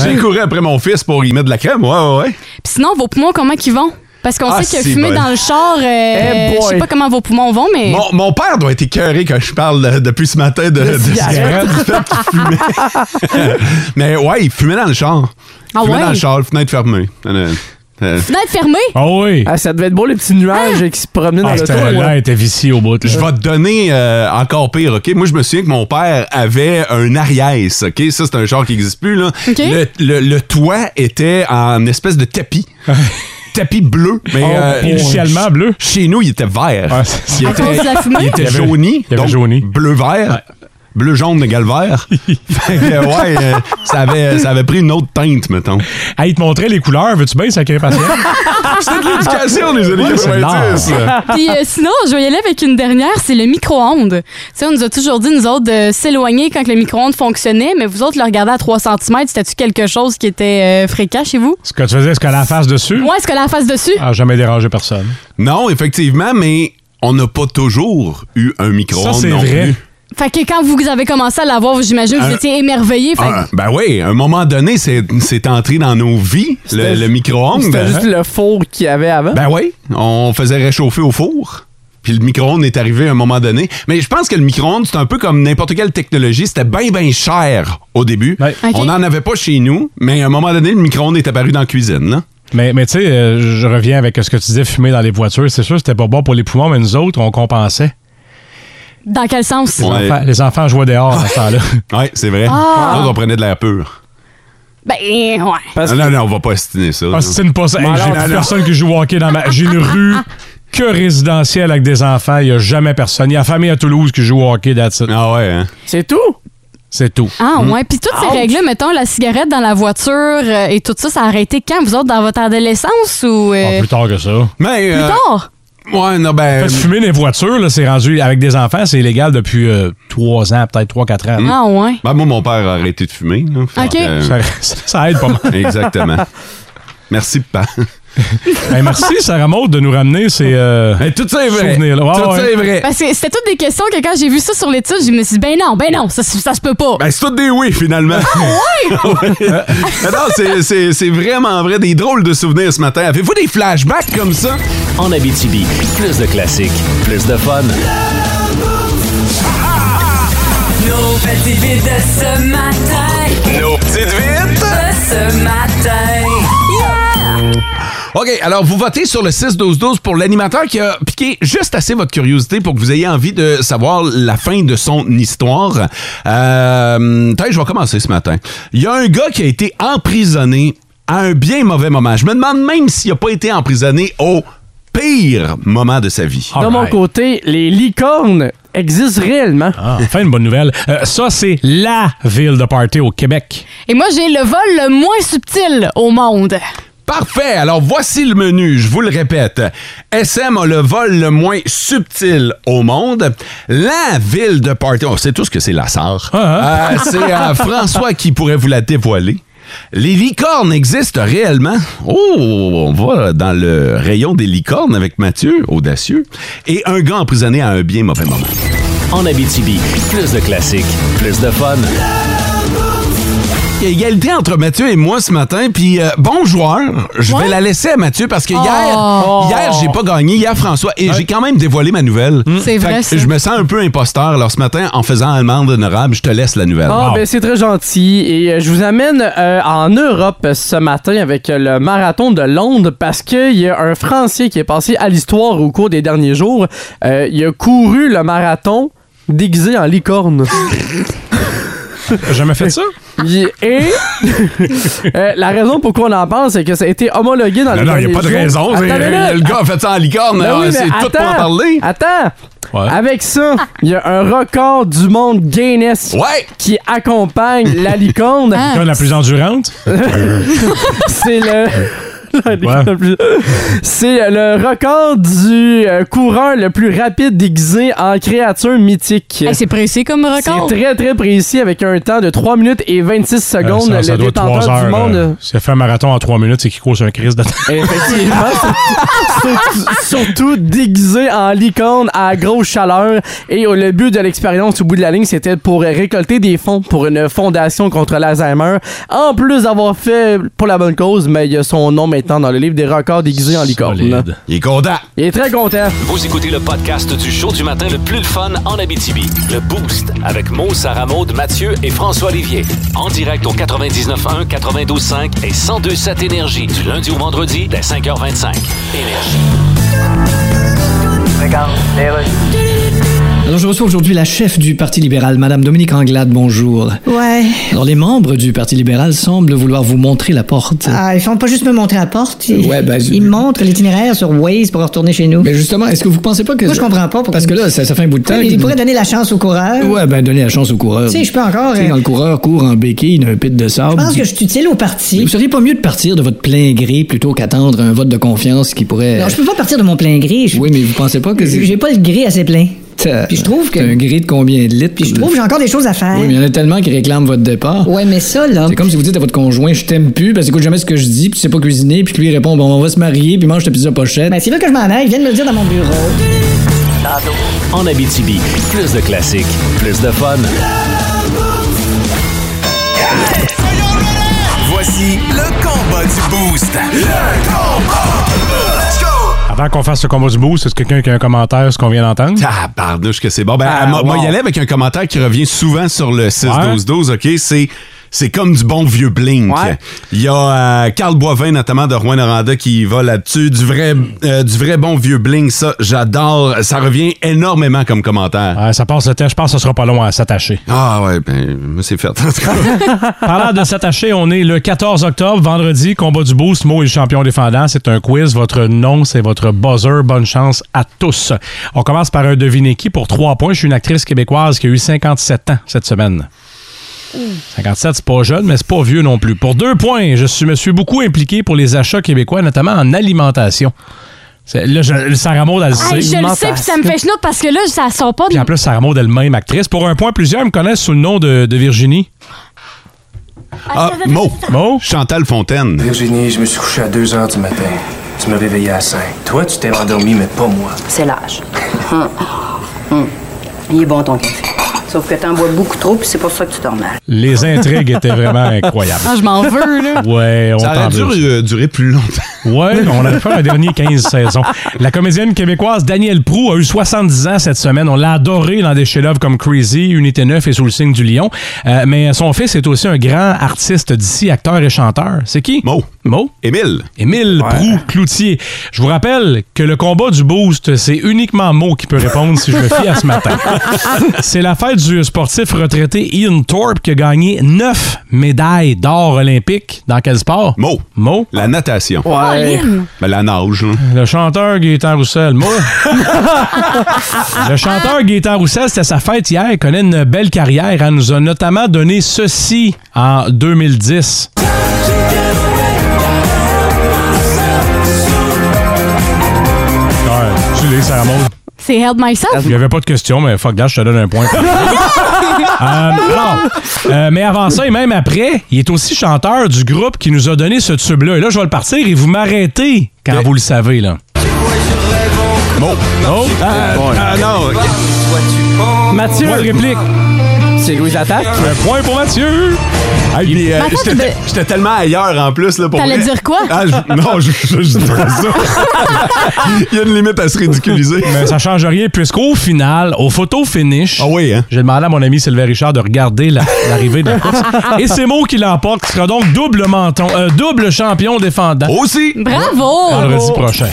Speaker 3: j'ai couru après mon fils pour y mettre de la crème. Ouais, ouais, ouais.
Speaker 6: Puis sinon, vos poumons, comment qu'ils vont? Parce qu'on
Speaker 3: Ah,
Speaker 6: sait que
Speaker 3: c'est
Speaker 6: fumer
Speaker 3: bon.
Speaker 6: dans le char, euh,
Speaker 5: Eh
Speaker 6: je sais
Speaker 5: boy.
Speaker 6: pas comment vos poumons vont, mais.
Speaker 3: Mon, mon père doit être écœuré quand je parle euh, depuis ce matin de, de
Speaker 5: cigarette.
Speaker 3: cigarette qu'il fumait. Mais ouais, il fumait dans le char. Il
Speaker 6: Ah
Speaker 3: fumait
Speaker 6: ouais?
Speaker 3: dans le char, fenêtre fermée. Euh, euh,
Speaker 6: Fenêtre fermée?
Speaker 4: Ah oui.
Speaker 5: Ah, ça devait être beau, les petits nuages euh, qui se promenaient dans
Speaker 4: Ah,
Speaker 5: le
Speaker 4: c'était- là, elle était viciée au bout. là.
Speaker 3: Je vais te donner euh, encore pire, OK? Moi, je me souviens que mon père avait un Ariès, OK? Ça, c'est un genre qui n'existe plus, là.
Speaker 6: OK.
Speaker 3: Le, le- le toit était en espèce de tapis. tapis bleu. Mais
Speaker 4: Oh,
Speaker 3: euh,
Speaker 4: initialement
Speaker 3: ch-
Speaker 4: bleu.
Speaker 3: Chez nous, il était vert.
Speaker 4: Ah, c'est ça.
Speaker 3: il,
Speaker 6: À
Speaker 3: était,
Speaker 6: cause de la fumée?
Speaker 3: il était
Speaker 4: Il y avait-
Speaker 3: jauni.
Speaker 4: il y avait
Speaker 3: donc
Speaker 4: jauni.
Speaker 3: Bleu-vert. Bleu-jaune de galvert. fait que, ouais, euh, ça, avait, ça avait pris une autre teinte, mettons.
Speaker 4: Hey, il te montrait les couleurs. Veux-tu bien, sacré patient?
Speaker 3: C'était de l'éducation des années
Speaker 4: Ouais, c'est
Speaker 3: 90.
Speaker 6: Puis euh, sinon, je vais y aller avec une dernière, c'est le micro-ondes. Tu sais, on nous a toujours dit, nous autres, de s'éloigner quand que le micro-ondes fonctionnait, mais vous autres, le regarder à 3 cm, c'était-tu quelque chose qui était euh, fréquent chez vous?
Speaker 4: Ce que tu faisais, est-ce que la face dessus?
Speaker 6: Moi, est-ce que la face dessus?
Speaker 4: Ah, jamais dérangé personne.
Speaker 3: Non, effectivement, mais on n'a pas toujours eu un
Speaker 4: Ça,
Speaker 3: micro-ondes
Speaker 4: c'est
Speaker 3: non
Speaker 4: vrai.
Speaker 3: plus.
Speaker 6: Fait que quand vous avez commencé à l'avoir, j'imagine que vous
Speaker 3: Un-
Speaker 6: étiez émerveillé. Fait que-
Speaker 3: Ah, ben oui, à un moment donné, c'est c'est entré dans nos vies, le,
Speaker 5: C'était-
Speaker 3: le micro-ondes. hein?
Speaker 5: C'était juste le four qu'il y avait avant.
Speaker 3: Ben oui, on faisait réchauffer au four. Puis le micro-ondes est arrivé à un moment donné. Mais je pense que le micro-ondes, c'est un peu comme n'importe quelle technologie. C'était bien, bien cher au début.
Speaker 4: Ouais.
Speaker 6: Ok.
Speaker 3: On n'en avait pas chez nous, mais à un moment donné, le micro-ondes est apparu dans la cuisine. là.
Speaker 4: Mais, mais tu sais, euh, je reviens avec ce que tu disais, fumer dans les voitures. C'est sûr, c'était pas bon pour les poumons, mais nous autres, on compensait.
Speaker 6: Dans quel sens?
Speaker 3: Ouais.
Speaker 4: Enfin, les enfants jouaient dehors à ce temps-là.
Speaker 3: Ouais, c'est vrai.
Speaker 6: Ah.
Speaker 3: Nous, on prenait de l'air pur.
Speaker 6: Ben, ouais.
Speaker 5: Parce
Speaker 3: Non, non, non, on va pas estiner ça.
Speaker 4: Ah, c'est une pas ça. Hey,
Speaker 5: alors,
Speaker 4: J'ai
Speaker 5: non,
Speaker 4: plus
Speaker 5: non.
Speaker 4: personne qui joue au hockey dans ma. J'ai une rue que résidentielle avec des enfants. Il n'y a jamais personne. Il y a la famille à Toulouse qui joue au hockey, that's it.
Speaker 3: Ah ouais, hein?
Speaker 5: C'est tout.
Speaker 4: C'est tout.
Speaker 6: Ah,
Speaker 3: Hmm.
Speaker 6: ouais. Puis toutes ces règles-là, mettons, la cigarette dans la voiture euh, et tout ça, ça a arrêté quand? Vous autres, dans votre adolescence ou euh,
Speaker 4: Pas plus
Speaker 6: plus,
Speaker 4: tard que ça.
Speaker 3: Mais, euh,
Speaker 6: tard?
Speaker 3: ouais, non, ben,
Speaker 4: Parce que fumer dans les voitures, là, c'est rendu avec des enfants, c'est illégal depuis euh, trois ans, peut-être trois, quatre ans.
Speaker 6: Ah, ouais.
Speaker 3: ben, moi, mon père a arrêté de fumer. là. Fait
Speaker 6: Ok.
Speaker 3: que, euh,
Speaker 4: Ça, ça aide pas mal.
Speaker 3: Exactement. Merci, papa.
Speaker 4: Hey, Ben, merci, Sarah Maud, de nous ramener ces. euh,
Speaker 3: tout ça est
Speaker 4: vrai. Tout ça est
Speaker 3: vrai.
Speaker 6: Parce que c'était toutes des questions que quand j'ai vu ça sur l'étude, je me suis dit, ben non, ben non, ça, ça se peut pas.
Speaker 3: Ben, c'est tout des oui, finalement. oui! Mais non, c'est- c'est c'est vraiment vrai. Des drôles de souvenirs ce matin. Avez-vous des flashbacks comme ça?
Speaker 2: En Abitibi, plus de classiques, plus de fun.
Speaker 8: Nos petites vites de ce matin,
Speaker 2: Nos petites vites!
Speaker 8: de ce matin.
Speaker 3: OK, alors vous votez sur le 6-12-12 pour l'animateur qui a piqué juste assez votre curiosité pour que vous ayez envie de savoir la fin de son histoire. Euh, attends, je vais commencer ce matin. Il y a un gars qui a été emprisonné à un bien mauvais moment. Je me demande même s'il n'a pas été emprisonné au pire moment de sa vie.
Speaker 4: All
Speaker 5: De mon
Speaker 4: right.
Speaker 5: côté, les licornes existent réellement.
Speaker 4: Ah, enfin, une bonne nouvelle. Euh, ça, c'est LA ville de party au Québec.
Speaker 6: Et moi, j'ai le vol le moins subtil au monde.
Speaker 3: Parfait. Alors voici le menu, je vous le répète. SM a le vol le moins subtil au monde. La ville de Party, on sait tous que c'est la SAR.
Speaker 4: Ah,
Speaker 3: Euh, c'est euh, François qui pourrait vous la dévoiler. Les licornes existent réellement. Oh, on va dans le rayon des licornes avec Mathieu, audacieux, et un gars emprisonné à un bien mauvais moment.
Speaker 2: En Abitibi, plus de classiques, plus de fun.
Speaker 3: Il y a égalité entre Mathieu et moi ce matin. Puis euh, bon joueur, je vais la laisser à Mathieu parce que hier, hier j'ai pas gagné. Hier François et j'ai quand même dévoilé ma nouvelle.
Speaker 6: C'est
Speaker 3: Fait
Speaker 6: vrai,
Speaker 3: que
Speaker 6: ça.
Speaker 3: Je me sens un peu imposteur. Alors ce matin, en faisant allemande honorable, je te laisse la nouvelle.
Speaker 5: Ah,
Speaker 4: Wow.
Speaker 5: ben c'est très gentil. Et euh, je vous amène euh, en Europe euh, ce matin avec euh, le marathon de Londres parce qu'il y a un Français qui est passé à l'histoire au cours des derniers jours. Euh, il a couru le marathon déguisé en licorne.
Speaker 4: T'as Euh, jamais fait ça?
Speaker 5: Il- Et E. euh, la raison pourquoi on en parle, c'est que ça a été homologué dans
Speaker 3: Non,
Speaker 5: les
Speaker 3: non, il n'y
Speaker 5: derniers
Speaker 3: a pas de
Speaker 5: jours.
Speaker 3: raison. c'est-
Speaker 5: Attends une minute.
Speaker 3: Le gars a fait ça en licorne.
Speaker 5: Ben
Speaker 3: alors,
Speaker 5: oui, mais
Speaker 3: c'est tout pour en
Speaker 5: attends,
Speaker 3: parler.
Speaker 5: Attends!
Speaker 4: Ouais.
Speaker 5: Avec ça, il y a un record du monde Guinness
Speaker 3: Ouais!
Speaker 5: qui accompagne la licorne.
Speaker 6: Ah.
Speaker 4: Comme la plus endurante?
Speaker 5: C'est le.
Speaker 4: Euh,
Speaker 5: C'est le record du euh, coureur le plus rapide déguisé en créature mythique.
Speaker 6: Hey, c'est précis comme record.
Speaker 5: C'est très très précis avec un temps de 3 minutes et 26
Speaker 4: Euh,
Speaker 5: secondes.
Speaker 4: ça, ça
Speaker 5: le
Speaker 4: doit être
Speaker 5: détenteur
Speaker 4: trois heures.
Speaker 5: du monde.
Speaker 4: euh, Si elle fait un marathon en trois minutes, c'est qu'il cause un crise de
Speaker 5: Effectivement, surtout, surtout déguisé en licorne à grosse chaleur. Et euh, le but de l'expérience au bout de la ligne, c'était pour euh, récolter des fonds pour une fondation contre l'Alzheimer. En plus d'avoir fait pour la bonne cause, mais il y a son nom maintenant dans le livre des records déguisés en licorne.
Speaker 4: Solide.
Speaker 3: Il est content.
Speaker 5: Il est très content.
Speaker 2: Vous écoutez le podcast du show du matin le plus le fun en Abitibi. Le Boost avec Mo, Sarah Maud, Mathieu et François Olivier. En direct au 99.1, 92.5 et 102.7 Énergie du lundi au vendredi dès 5h25. Énergie.
Speaker 9: Alors, je reçois aujourd'hui la chef du Parti libéral, Madame Dominique Anglade. Bonjour.
Speaker 7: Ouais.
Speaker 9: Alors, les membres du Parti libéral semblent vouloir vous montrer la porte.
Speaker 7: Ah, ils font pas juste me montrer la porte. Ils,
Speaker 9: Ouais, ben,
Speaker 7: ils montrent l'itinéraire sur Waze pour retourner chez nous.
Speaker 9: Mais justement, est-ce que vous pensez pas que.
Speaker 7: Moi, je comprends pas. pourquoi-
Speaker 9: Parce que là, ça, ça fait un bout de temps.
Speaker 7: Oui, mais ils
Speaker 9: qu'ils-
Speaker 7: pourraient donner la chance au coureur.
Speaker 9: Ouais, ben, donner la chance au coureur.
Speaker 7: Tu sais, je peux encore.
Speaker 9: Tu sais,
Speaker 7: euh,
Speaker 9: quand le coureur court en béquille d'un pit de
Speaker 7: je
Speaker 9: sable.
Speaker 7: pense que je suis utile au parti.
Speaker 9: Vous seriez pas mieux de partir de votre plein gré plutôt qu'attendre un vote de confiance qui pourrait.
Speaker 7: Non, je peux pas partir de mon plein gré. Je-
Speaker 9: Oui, mais vous pensez pas que c'est.
Speaker 7: J'ai pas le gré assez plein.
Speaker 9: Puis
Speaker 7: je trouve que-
Speaker 9: un gré de combien de litres?
Speaker 7: Puis je trouve que j'ai encore des choses à faire.
Speaker 9: Oui, mais il y en a tellement qui réclament votre départ.
Speaker 7: Ouais, mais ça, là.
Speaker 9: C'est comme si vous dites à votre conjoint, je t'aime plus, parce que écoute jamais ce que je dis, puis tu sais pas cuisiner, puis que lui il répond, bon, on va se marier, puis mange ta pizza pochette.
Speaker 7: Ben, s'ils veulent que je m'en aille, ils viennent me le dire dans mon bureau.
Speaker 2: En Abitibi, plus de classiques, plus de fun.
Speaker 10: Voici le combat du Boost. Le combat! Let's go!
Speaker 4: Avant qu'on fasse ce combat du boost, est-ce que quelqu'un qui a un commentaire ce qu'on vient d'entendre?
Speaker 3: Tabarnouche que c'est bon. Ben,
Speaker 4: Ah,
Speaker 3: moi, moi,
Speaker 4: wow.
Speaker 3: y aller avec un commentaire qui revient souvent sur le 6-12-12, OK? C'est... C'est comme du bon vieux Blink.
Speaker 5: Ouais.
Speaker 3: Il y a euh, Carl Boivin, notamment de Rouen Noranda, qui va là-dessus. Du vrai, euh, du vrai bon vieux Blink, ça, j'adore. Ça revient énormément comme commentaire.
Speaker 4: Ah, ça passe le temps, je pense que ce sera pas long à s'attacher.
Speaker 3: Ah ouais, ben, moi, c'est fait. En tout cas.
Speaker 4: Parlant de s'attacher, on est le 14 octobre, vendredi, combat du boost, Mo est le champion défendant. C'est un quiz. Votre nom, c'est votre buzzer. Bonne chance à tous. On commence par un devinez qui pour trois points. Je suis une actrice québécoise qui a eu 57 ans cette semaine. 57, c'est pas jeune, mais c'est pas vieux non plus. Pour deux points, je suis- me suis beaucoup impliqué pour les achats québécois, notamment en alimentation. C'est- Là, je, Sarah Maud, elle le
Speaker 6: Hey,
Speaker 4: sait.
Speaker 6: je le sais, puis ça me fait chenoute parce que là, ça sort pas
Speaker 4: Puis
Speaker 6: de.
Speaker 4: en plus, Sarah Maud, elle-même actrice. Pour un point, plusieurs me connaissent sous le nom de, de Virginie.
Speaker 3: ah, Mo.
Speaker 4: Mo?
Speaker 3: Chantal Fontaine.
Speaker 10: Virginie, je me suis couché à 2 h du matin. Tu m'as réveillé à 5. Toi, tu t'es endormi, mais pas moi.
Speaker 8: C'est l'âge. Hum. Hum. Il est bon ton café. Sauf que t'en bois beaucoup trop, puis c'est pour ça que tu dors mal.
Speaker 4: Les intrigues étaient vraiment incroyables.
Speaker 6: Ah, je m'en veux, là.
Speaker 4: Ouais, on
Speaker 3: Ça
Speaker 4: t'en
Speaker 3: aurait dû
Speaker 4: veut.
Speaker 3: euh, durer plus longtemps.
Speaker 4: Ouais, on a fait un dernier 15 saisons. La comédienne québécoise Danielle Prou a eu 70 ans cette semaine. On l'a adorée dans des chefs-d'œuvre comme Crazy, Unité 9 et Sous le signe du lion. Euh, mais son fils est aussi un grand artiste d'ici, acteur et chanteur. C'est qui?
Speaker 3: Mo.
Speaker 4: Mo?
Speaker 3: Émile.
Speaker 4: Émile Prou Cloutier. Je vous rappelle que le combat du boost, c'est uniquement Mo qui peut répondre si je me fie à ce matin. C'est la fête du sportif retraité Ian Thorpe qui a gagné 9 médailles d'or olympiques. Dans quel sport?
Speaker 3: Mo.
Speaker 4: Mo.
Speaker 3: La natation.
Speaker 5: Ouais.
Speaker 3: Ben, la nage. là.
Speaker 4: Le chanteur Gaétan Roussel, moi. le chanteur Gaétan Roussel, c'était sa fête hier. Il connaît une belle carrière. Elle nous a notamment donné ceci en 2010. Ouais, tu l'es, Sarah Maud.
Speaker 6: C'est Held Myself.
Speaker 4: Il n'y avait pas de question, mais fuck that, je te donne un point. Euh, alors, euh, mais avant ça, et même après, il est aussi chanteur du groupe qui nous a donné ce tube-là. Et là, je vais le partir et vous m'arrêtez quand vous le savez, là.
Speaker 3: Mo.
Speaker 4: Oh!
Speaker 3: Ah non.
Speaker 5: Mathieu,
Speaker 4: Moi, réplique.
Speaker 5: c'est Louis Attaque.
Speaker 4: Un point pour Mathieu.
Speaker 3: Hey, puis, euh,
Speaker 6: Mais attends,
Speaker 3: j'étais-
Speaker 6: t'as-
Speaker 3: J'étais tellement ailleurs en plus. là, pour
Speaker 6: T'allais
Speaker 3: vrai.
Speaker 6: dire quoi?
Speaker 3: Ah, je- non, je, je, je dis pas ça. Il y a une limite à se ridiculiser.
Speaker 4: Mais Euh, ça change rien puisqu'au final, au photo finish,
Speaker 3: Ah oui, hein?
Speaker 4: j'ai demandé à mon ami Sylvain Richard de regarder la- l'arrivée de la course. Et c'est Mo qui l'emporte, qui sera donc double menton, euh, double champion défendant
Speaker 3: Aussi!
Speaker 6: Bravo!
Speaker 4: vendredi prochain.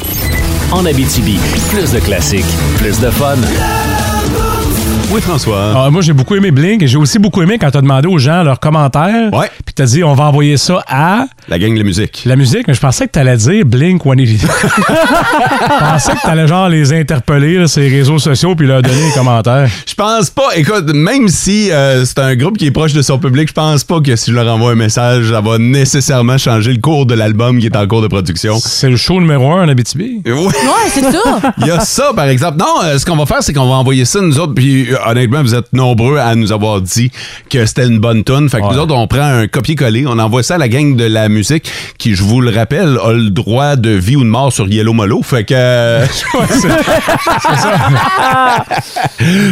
Speaker 2: En Abitibi, plus de classiques, plus de fun.
Speaker 3: Oui, François.
Speaker 4: Ah, moi, j'ai beaucoup aimé Blink et j'ai aussi beaucoup aimé quand t'as demandé aux gens leurs commentaires.
Speaker 3: Ouais.
Speaker 4: Puis t'as dit, on va envoyer ça à
Speaker 3: La gang de la musique.
Speaker 4: la musique, mais je pensais que t'allais dire Blink 182. Je pensais que t'allais genre les interpeller, là, sur les réseaux sociaux, puis leur donner les commentaires.
Speaker 3: Je pense pas, écoute, même si euh, c'est un groupe qui est proche de son public, je pense pas que si je leur envoie un message, ça va nécessairement changer le cours de l'album qui est en cours de production.
Speaker 4: C'est le show numéro un en Abitibi.
Speaker 3: Oui.
Speaker 6: Ouais, c'est ça.
Speaker 3: Il y a ça, par exemple. Non, euh, ce qu'on va faire, c'est qu'on va envoyer ça, nous autres. Puis, euh, honnêtement, vous êtes nombreux à nous avoir dit que c'était une bonne tune. Fait que
Speaker 4: Ouais.
Speaker 3: nous autres, on prend un copier-coller, on envoie ça à la gang de la musique, qui, je vous le rappelle, a le droit de vie ou de mort sur Yellow Molo. Fait que. euh,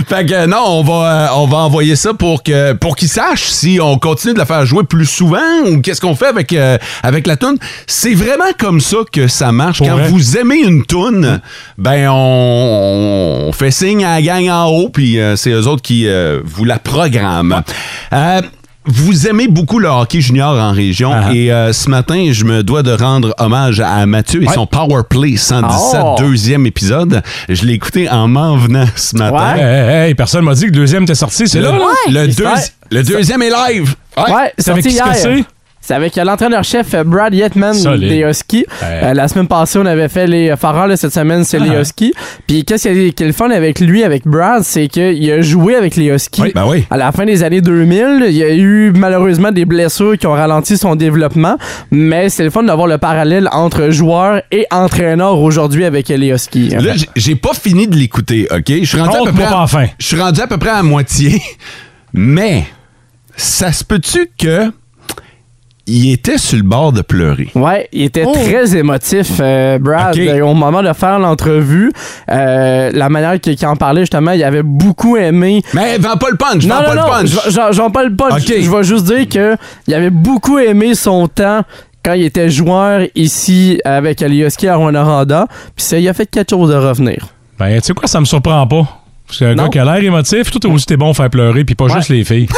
Speaker 3: fait que non, on va, euh, on va envoyer ça pour que pour qu'ils sachent si on continue de la faire jouer plus souvent ou qu'est-ce qu'on fait avec, euh, avec la tune. C'est vraiment comme ça que ça marche. Quand
Speaker 9: vrai.
Speaker 3: vous aimez une tune, ben on, on fait signe à la gang en haut, puis euh, c'est eux autres qui euh, vous la programment. Euh, vous aimez beaucoup le hockey junior en région
Speaker 9: Ah,
Speaker 3: et euh, ce matin, je me dois de rendre hommage à Mathieu et
Speaker 9: Ouais.
Speaker 3: son Power Play 117
Speaker 9: Oh.
Speaker 3: deuxième épisode. Je l'ai écouté en m'en venant ce matin.
Speaker 4: Hey, hey, personne m'a dit que le deuxième était sorti, c'est
Speaker 3: Le-
Speaker 4: là, là.
Speaker 3: le deuxi- le deuxième est live.
Speaker 5: Ouais,
Speaker 4: C'est avec
Speaker 5: sorti
Speaker 4: qui que
Speaker 5: hier.
Speaker 4: c'est?
Speaker 5: C'est avec euh, l'entraîneur-chef euh, Brad Yetman
Speaker 4: Solide.
Speaker 5: des Huskies. Euh, la semaine passée, on avait fait les Farrell. là, Cette semaine, c'est
Speaker 4: Ah.
Speaker 5: les Huskies. Puis qu'est-ce qui est- qui est le fun avec lui, avec Brad, c'est qu'il a joué avec les Huskies.
Speaker 3: Oui, ben oui.
Speaker 5: À la fin des années 2000, il y a eu malheureusement des blessures qui ont ralenti son développement. Mais c'est le fun d'avoir le parallèle entre joueur et entraîneur aujourd'hui avec les Huskies.
Speaker 3: Là, j'ai- j'ai pas fini de l'écouter, OK? Je suis rendu à peu
Speaker 5: Compte-moi
Speaker 3: près. à- Je suis rendu à peu près à moitié. Mais ça se peut-tu que il était sur le bord de pleurer?
Speaker 5: Ouais, il était très émotif, euh, Brad.
Speaker 3: Oh! Ok.
Speaker 5: Euh, Au moment de faire l'entrevue, euh, la manière que- qu'il en parlait, justement, il avait beaucoup aimé.
Speaker 3: Mais vends pas le punch,
Speaker 5: non,
Speaker 3: vends
Speaker 5: non,
Speaker 3: pas le
Speaker 5: non,
Speaker 3: punch.
Speaker 5: je- j'en- J'en parle pas.
Speaker 3: Ok.
Speaker 5: Je vais juste dire que il avait beaucoup aimé son temps quand il était joueur ici avec Alioski à Rwanda. Puis ça, il a fait quelque chose de revenir.
Speaker 4: Ben, tu sais quoi, ça me surprend pas. Parce qu'un
Speaker 5: Non.
Speaker 4: gars qui a l'air émotif, tout aussi t'es bon à faire pleurer, puis pas juste les filles.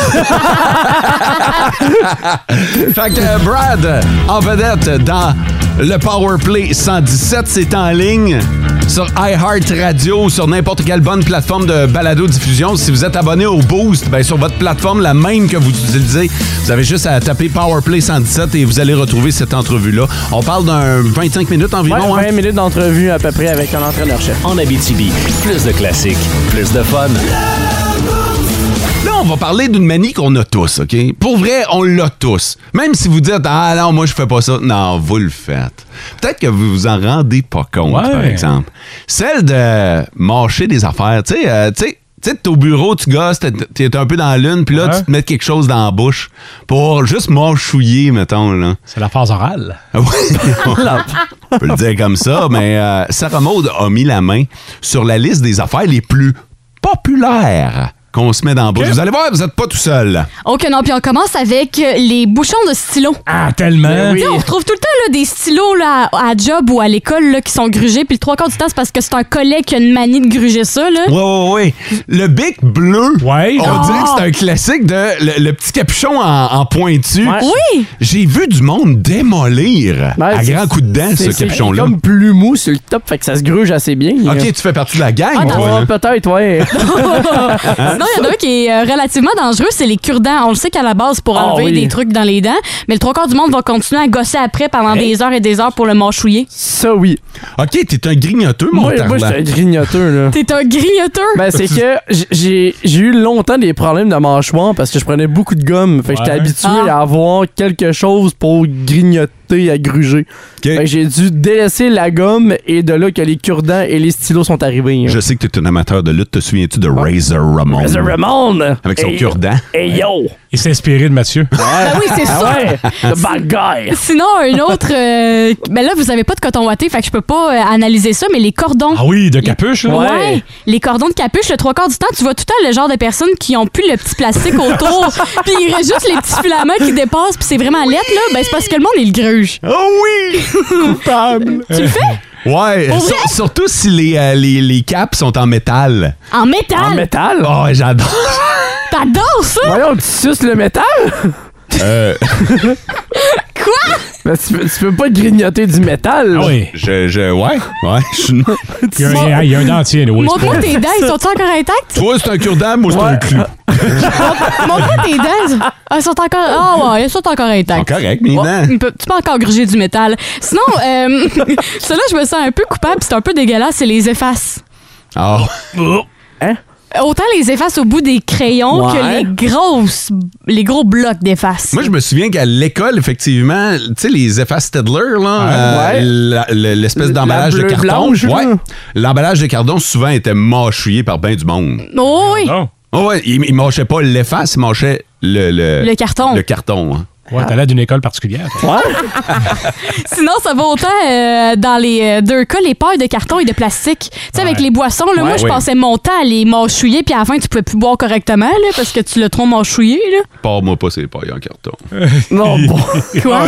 Speaker 3: fait que euh, Brad, en vedette dans le Powerplay 117, c'est en ligne sur iHeart Radio, sur n'importe quelle bonne plateforme de balado-diffusion. Si vous êtes abonné au Boost, ben sur votre plateforme, la même que vous utilisez, vous avez juste à taper Powerplay 117 et vous allez retrouver cette entrevue-là. On parle d'un 25 minutes
Speaker 5: Ouais,
Speaker 3: environ. hein?
Speaker 5: 20 minutes d'entrevue à peu près avec un entraîneur-chef.
Speaker 2: En Abitibi, plus de classiques, plus de fun.
Speaker 3: Là, on va parler d'une manie qu'on a tous, OK? Pour vrai, on l'a tous. Même si vous dites Ah non, moi je fais pas ça. Non, vous le faites. Peut-être que vous vous en rendez pas compte,
Speaker 9: Ouais.
Speaker 3: par exemple. Celle de marcher des affaires. Tu sais, euh, tu sais, tu sais, t'es au bureau, tu gosses, t'es- t'es un peu dans la lune, puis là, tu te mets quelque chose dans la bouche pour juste mâchouiller, mettons. Là.
Speaker 4: C'est la phase orale.
Speaker 3: Ah On peut le dire comme ça, mais euh, Sarah Maud a mis la main sur la liste des affaires les plus populaires qu'on se met dans la bouche. Vous allez voir, vous n'êtes pas tout seul.
Speaker 6: Ok, non, puis on commence avec euh, les bouchons de stylo.
Speaker 4: Ah, tellement!
Speaker 6: Tu sais, on retrouve tout le temps là, des stylos là, à, à job ou à l'école là, qui sont grugés, puis le trois quarts du temps, c'est parce que c'est un collègue qui a une manie de gruger ça. Là.
Speaker 3: Ouais, ouais, ouais. Le bic bleu.
Speaker 4: Ouais.
Speaker 3: On
Speaker 5: Ah.
Speaker 6: Oh.
Speaker 3: dirait que c'est un classique de le, le petit capuchon en, en pointu.
Speaker 6: Ouais. Oui.
Speaker 3: J'ai vu du monde démolir
Speaker 5: Ouais,
Speaker 3: à
Speaker 5: Ben, c'est-
Speaker 3: grands coups de dents
Speaker 5: c'est-
Speaker 3: ce
Speaker 5: c'est
Speaker 3: capuchon-là.
Speaker 5: comme plus mou sur le top, fait que ça se gruge assez bien.
Speaker 3: Ok, tu fais partie de la gang,
Speaker 5: Ah,
Speaker 3: toi, hein?
Speaker 5: Peut-être, ouais.
Speaker 6: Sinon, il y en a un qui est euh, relativement dangereux, c'est les cure-dents. On le sait qu'à la base, pour
Speaker 5: Ah
Speaker 6: enlever
Speaker 5: oui.
Speaker 6: des trucs dans les dents, mais le trois quarts du monde va continuer à gosser après pendant des heures et des heures pour le mâchouiller.
Speaker 5: Ça, oui.
Speaker 3: Ok, t'es un grignoteux, mon
Speaker 5: Moi, moi
Speaker 3: tarlant.
Speaker 5: j'étais un grignoteux, là.
Speaker 6: T'es un grignoteur.
Speaker 5: Ben, c'est que j- j'ai j'ai eu longtemps des problèmes de mâchoire parce que je prenais beaucoup de gomme. Fait que j'étais
Speaker 4: Ouais.
Speaker 5: habitué
Speaker 6: Ah.
Speaker 5: à avoir quelque chose pour grignoter, à gruger. Fait que j'ai dû délaisser la gomme et de là que les cure-dents et les stylos sont arrivés. hein.
Speaker 3: Je sais que t'es un amateur de lutte. Te souviens-tu de Razor Ramon?
Speaker 5: Razor Ramon!
Speaker 3: Avec son
Speaker 5: Hey-
Speaker 3: cure-dent.
Speaker 5: Hey yo!
Speaker 4: Il s'est inspiré de Mathieu.
Speaker 6: Ben oui, c'est
Speaker 5: Ah
Speaker 6: sûr.
Speaker 5: ouais, The bad guy!
Speaker 6: Sinon, un autre. euh, ben là, vous avez pas de coton watté, fait que je peux pas euh, analyser ça, mais les cordons.
Speaker 4: Ah oui, de capuche, là.
Speaker 6: Ouais. les cordons de capuche, le trois quarts du temps, tu vois tout le temps le genre de personnes qui ont plus le petit plastique autour, puis il reste juste les petits filaments qui dépassent, puis c'est vraiment laid, là. Ben, c'est parce que le monde, il le gruge.
Speaker 3: Oh oui!
Speaker 6: Coupable! tu le fais?
Speaker 3: Ouais,
Speaker 6: Pour
Speaker 3: sur-
Speaker 6: vrai?
Speaker 3: surtout si les, euh, les, les capes sont en métal.
Speaker 6: En métal!
Speaker 5: métal?
Speaker 3: Oh, j'adore.
Speaker 6: T'adores ça?
Speaker 5: Voyons, tu suces le métal?
Speaker 3: Euh,
Speaker 6: Quoi?
Speaker 5: Ben, tu, peux- tu peux pas grignoter du métal.
Speaker 4: Ah oui.
Speaker 3: je, je, ouais, ouais. je suis-
Speaker 4: Il y a un, il y a un dentier, anyway,
Speaker 6: Mon
Speaker 4: c'est pas-
Speaker 6: gars, tes dents, ils sont encore intacts?
Speaker 3: Toi, c'est un cure-dent, moi, c'est un clou.
Speaker 6: Mon gars, tes dents, ils- ah, ils sont encore. Ah, ouais, ils sont encore intacts.
Speaker 3: Ah,
Speaker 6: Oh,
Speaker 3: Correct, mais non.
Speaker 6: Il peut- tu peux encore gruger du métal. Sinon, euh, cela, je me sens un peu coupable, c'est un peu dégueulasse, c'est les effaces.
Speaker 3: Ah.
Speaker 6: Autant les effaces au bout des crayons
Speaker 3: Ouais.
Speaker 6: que les grosses, les gros blocs d'effaces.
Speaker 3: Moi, je me souviens qu'à l'école, effectivement, tu sais, les effaces Stedler, là,
Speaker 5: Ouais.
Speaker 3: euh, la- la- l'espèce
Speaker 5: La
Speaker 3: d'emballage de
Speaker 5: bleue
Speaker 3: carton.
Speaker 5: blanche,
Speaker 3: ouais.
Speaker 5: là.
Speaker 3: L'emballage de carton, souvent, était mâchouillé par bien du monde. Ah,
Speaker 6: Oh oui!
Speaker 4: Non.
Speaker 3: Oh, ouais, il, il mâchait pas l'efface, il mâchait le, le,
Speaker 6: Le carton.
Speaker 3: Le carton, hein.
Speaker 4: Ouais, t'as l'air d'une école particulière. toi.
Speaker 6: Sinon, ça va autant euh, dans les euh, deux cas, les pailles de carton et de plastique. Tu sais, avec les boissons, là, moi,
Speaker 4: Ouais.
Speaker 6: je
Speaker 4: Oui.
Speaker 6: passais mon temps à les mâchouiller, puis à la fin, tu pouvais plus boire correctement, là, parce que tu l'as trop mâchouillé, là.
Speaker 3: Pars-moi pas ces pailles en carton.
Speaker 5: Non, bon.
Speaker 4: Ah
Speaker 6: Quoi?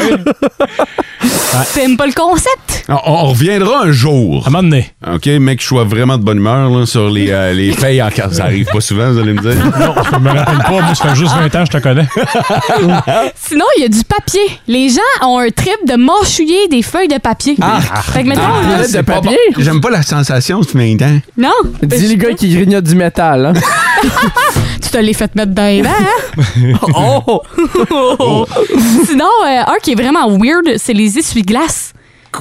Speaker 6: T'aimes pas le concept?
Speaker 3: Ah, On, on reviendra un jour. À un
Speaker 4: moment donné.
Speaker 3: OK, mec, je sois vraiment de bonne humeur là, sur les, euh, les pailles en carton. Ça arrive pas souvent, vous allez me dire.
Speaker 4: Non, je me rappelle pas. Moi, ça fait juste 20 ans que je te connais.
Speaker 6: Sinon, il y a du papier. Les gens ont un trip de mâchouiller des feuilles de papier. fait que mettons, là,
Speaker 5: Ah! de papier?
Speaker 3: J'aime Ah! pas la sensation, ce matin.
Speaker 6: Non!
Speaker 5: Dis les gars qui grignotent du métal. Hein?
Speaker 6: tu te l'es fait mettre dans les dents, hein?
Speaker 5: oh!
Speaker 3: Oh!
Speaker 6: Sinon, euh, un qui est vraiment weird, c'est les essuie-glaces.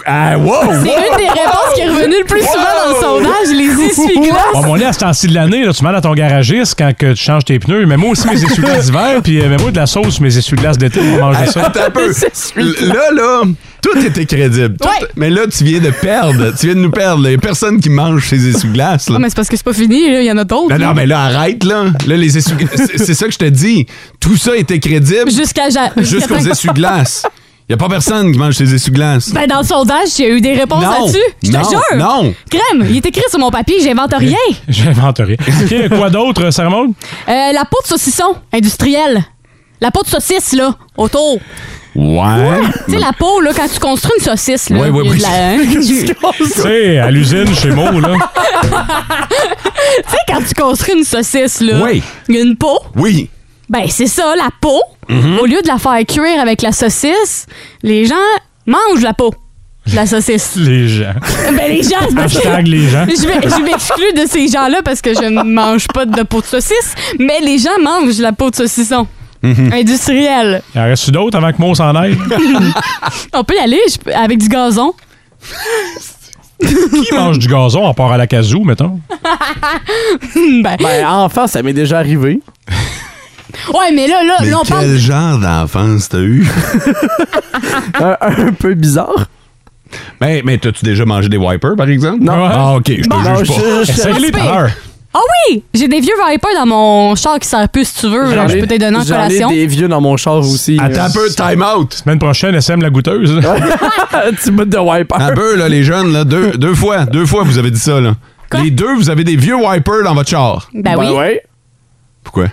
Speaker 3: Ah, wow!
Speaker 6: C'est une des réponses qui est revenue le plus souvent dans le sondage, les
Speaker 3: Ah,
Speaker 4: Bon,
Speaker 6: essuie-glaces.
Speaker 4: mais on est à ce temps-ci de l'année, là, tu demandes à ton garagiste quand que tu changes tes pneus. Mais moi aussi, mes essuie-glaces d'hiver, puis euh, mets-moi de la sauce, sur mes essuie-glaces d'été, on va manger
Speaker 3: Hey,
Speaker 4: ça.
Speaker 3: attends un peu. Là, là, tout était crédible. Tout-
Speaker 6: Ouais.
Speaker 3: Mais là, tu viens de perdre. tu viens de nous perdre. là. Il y a personne qui mange ses essuie-glaces. là.
Speaker 6: Ah, mais c'est parce que c'est pas fini, là, il y en a d'autres.
Speaker 3: Non, non, mais là, arrête, là. Là, les essuie c'est- C'est ça que je te dis. Tout ça était crédible
Speaker 6: Jusqu'à ja-
Speaker 3: jusqu'aux
Speaker 6: temps-
Speaker 3: essuie-glaces. Il n'y a pas personne qui mange ses essuie-glaces.
Speaker 6: Ben, dans le sondage, j'ai eu des réponses
Speaker 3: Non,
Speaker 6: là-dessus. Je te
Speaker 3: non,
Speaker 6: jure.
Speaker 3: non.
Speaker 6: Crème, il est écrit sur mon papier, j'invente rien.
Speaker 4: J'invente rien. OK, quoi d'autre, Sarah Maud?
Speaker 6: Euh, la peau de saucisson industrielle. La peau de saucisse, là, autour.
Speaker 3: Ouais.
Speaker 6: Tu sais, la peau, là, quand tu construis une saucisse, là.
Speaker 4: Ouais, ouais,
Speaker 6: il y a de
Speaker 4: ouais.
Speaker 6: la- hein?
Speaker 4: Tu sais, à l'usine, chez Mo, là.
Speaker 6: Tu sais, quand tu construis une saucisse, là.
Speaker 4: Oui.
Speaker 6: Il y a une peau.
Speaker 3: Oui.
Speaker 6: Ben, c'est ça, la peau.
Speaker 4: Mm-hmm.
Speaker 6: Au lieu de la faire cuire avec la saucisse, les gens mangent la peau. de La saucisse.
Speaker 4: Les gens.
Speaker 6: ben, les gens, c'est parce que-
Speaker 4: Hashtag Ah, les gens.
Speaker 6: Je m'e- je m'exclus de ces gens-là parce que je ne mange pas de peau de saucisse, mais les gens mangent la peau de saucisson.
Speaker 4: Mm-hmm.
Speaker 6: Industrielle.
Speaker 4: Il en reste d'autres avant que Mo s'en aille?
Speaker 6: On peut y aller je peux- avec du gazon.
Speaker 4: Qui mange du gazon à part à la casou, mettons?
Speaker 6: ben,
Speaker 5: Ben, enfant, ça m'est déjà arrivé.
Speaker 6: ouais, mais là,
Speaker 5: Ah,
Speaker 6: là,
Speaker 3: Mais
Speaker 6: là, on
Speaker 3: quel
Speaker 6: parle.
Speaker 3: genre d'enfance t'as eu?
Speaker 5: un, un peu bizarre.
Speaker 3: Mais, Ben, mais t'as-tu déjà mangé des wipers, par exemple?
Speaker 5: Non.
Speaker 3: Ah, OK, je te
Speaker 5: Bon. Non,
Speaker 3: juge pas.
Speaker 5: je- je-
Speaker 4: Essaye-les
Speaker 6: respire.
Speaker 4: par
Speaker 6: Ah oui! J'ai des vieux vipers dans mon char qui servent plus si tu veux.
Speaker 5: J'en
Speaker 6: Je
Speaker 5: ai-
Speaker 6: peux te donner en
Speaker 5: J'en ai
Speaker 6: collation.
Speaker 5: des vieux dans mon char aussi. euh.
Speaker 3: Attends un peu, time out.
Speaker 4: Semaine prochaine, SM la goûteuse.
Speaker 5: un petit bout de wiper.
Speaker 3: Un peu, là, les jeunes, là, deux, deux fois, deux fois, vous avez dit ça, là.
Speaker 6: Quoi?
Speaker 3: Les deux, vous avez des vieux wipers dans votre char.
Speaker 6: Ben oui.
Speaker 5: ouais.
Speaker 3: Pourquoi?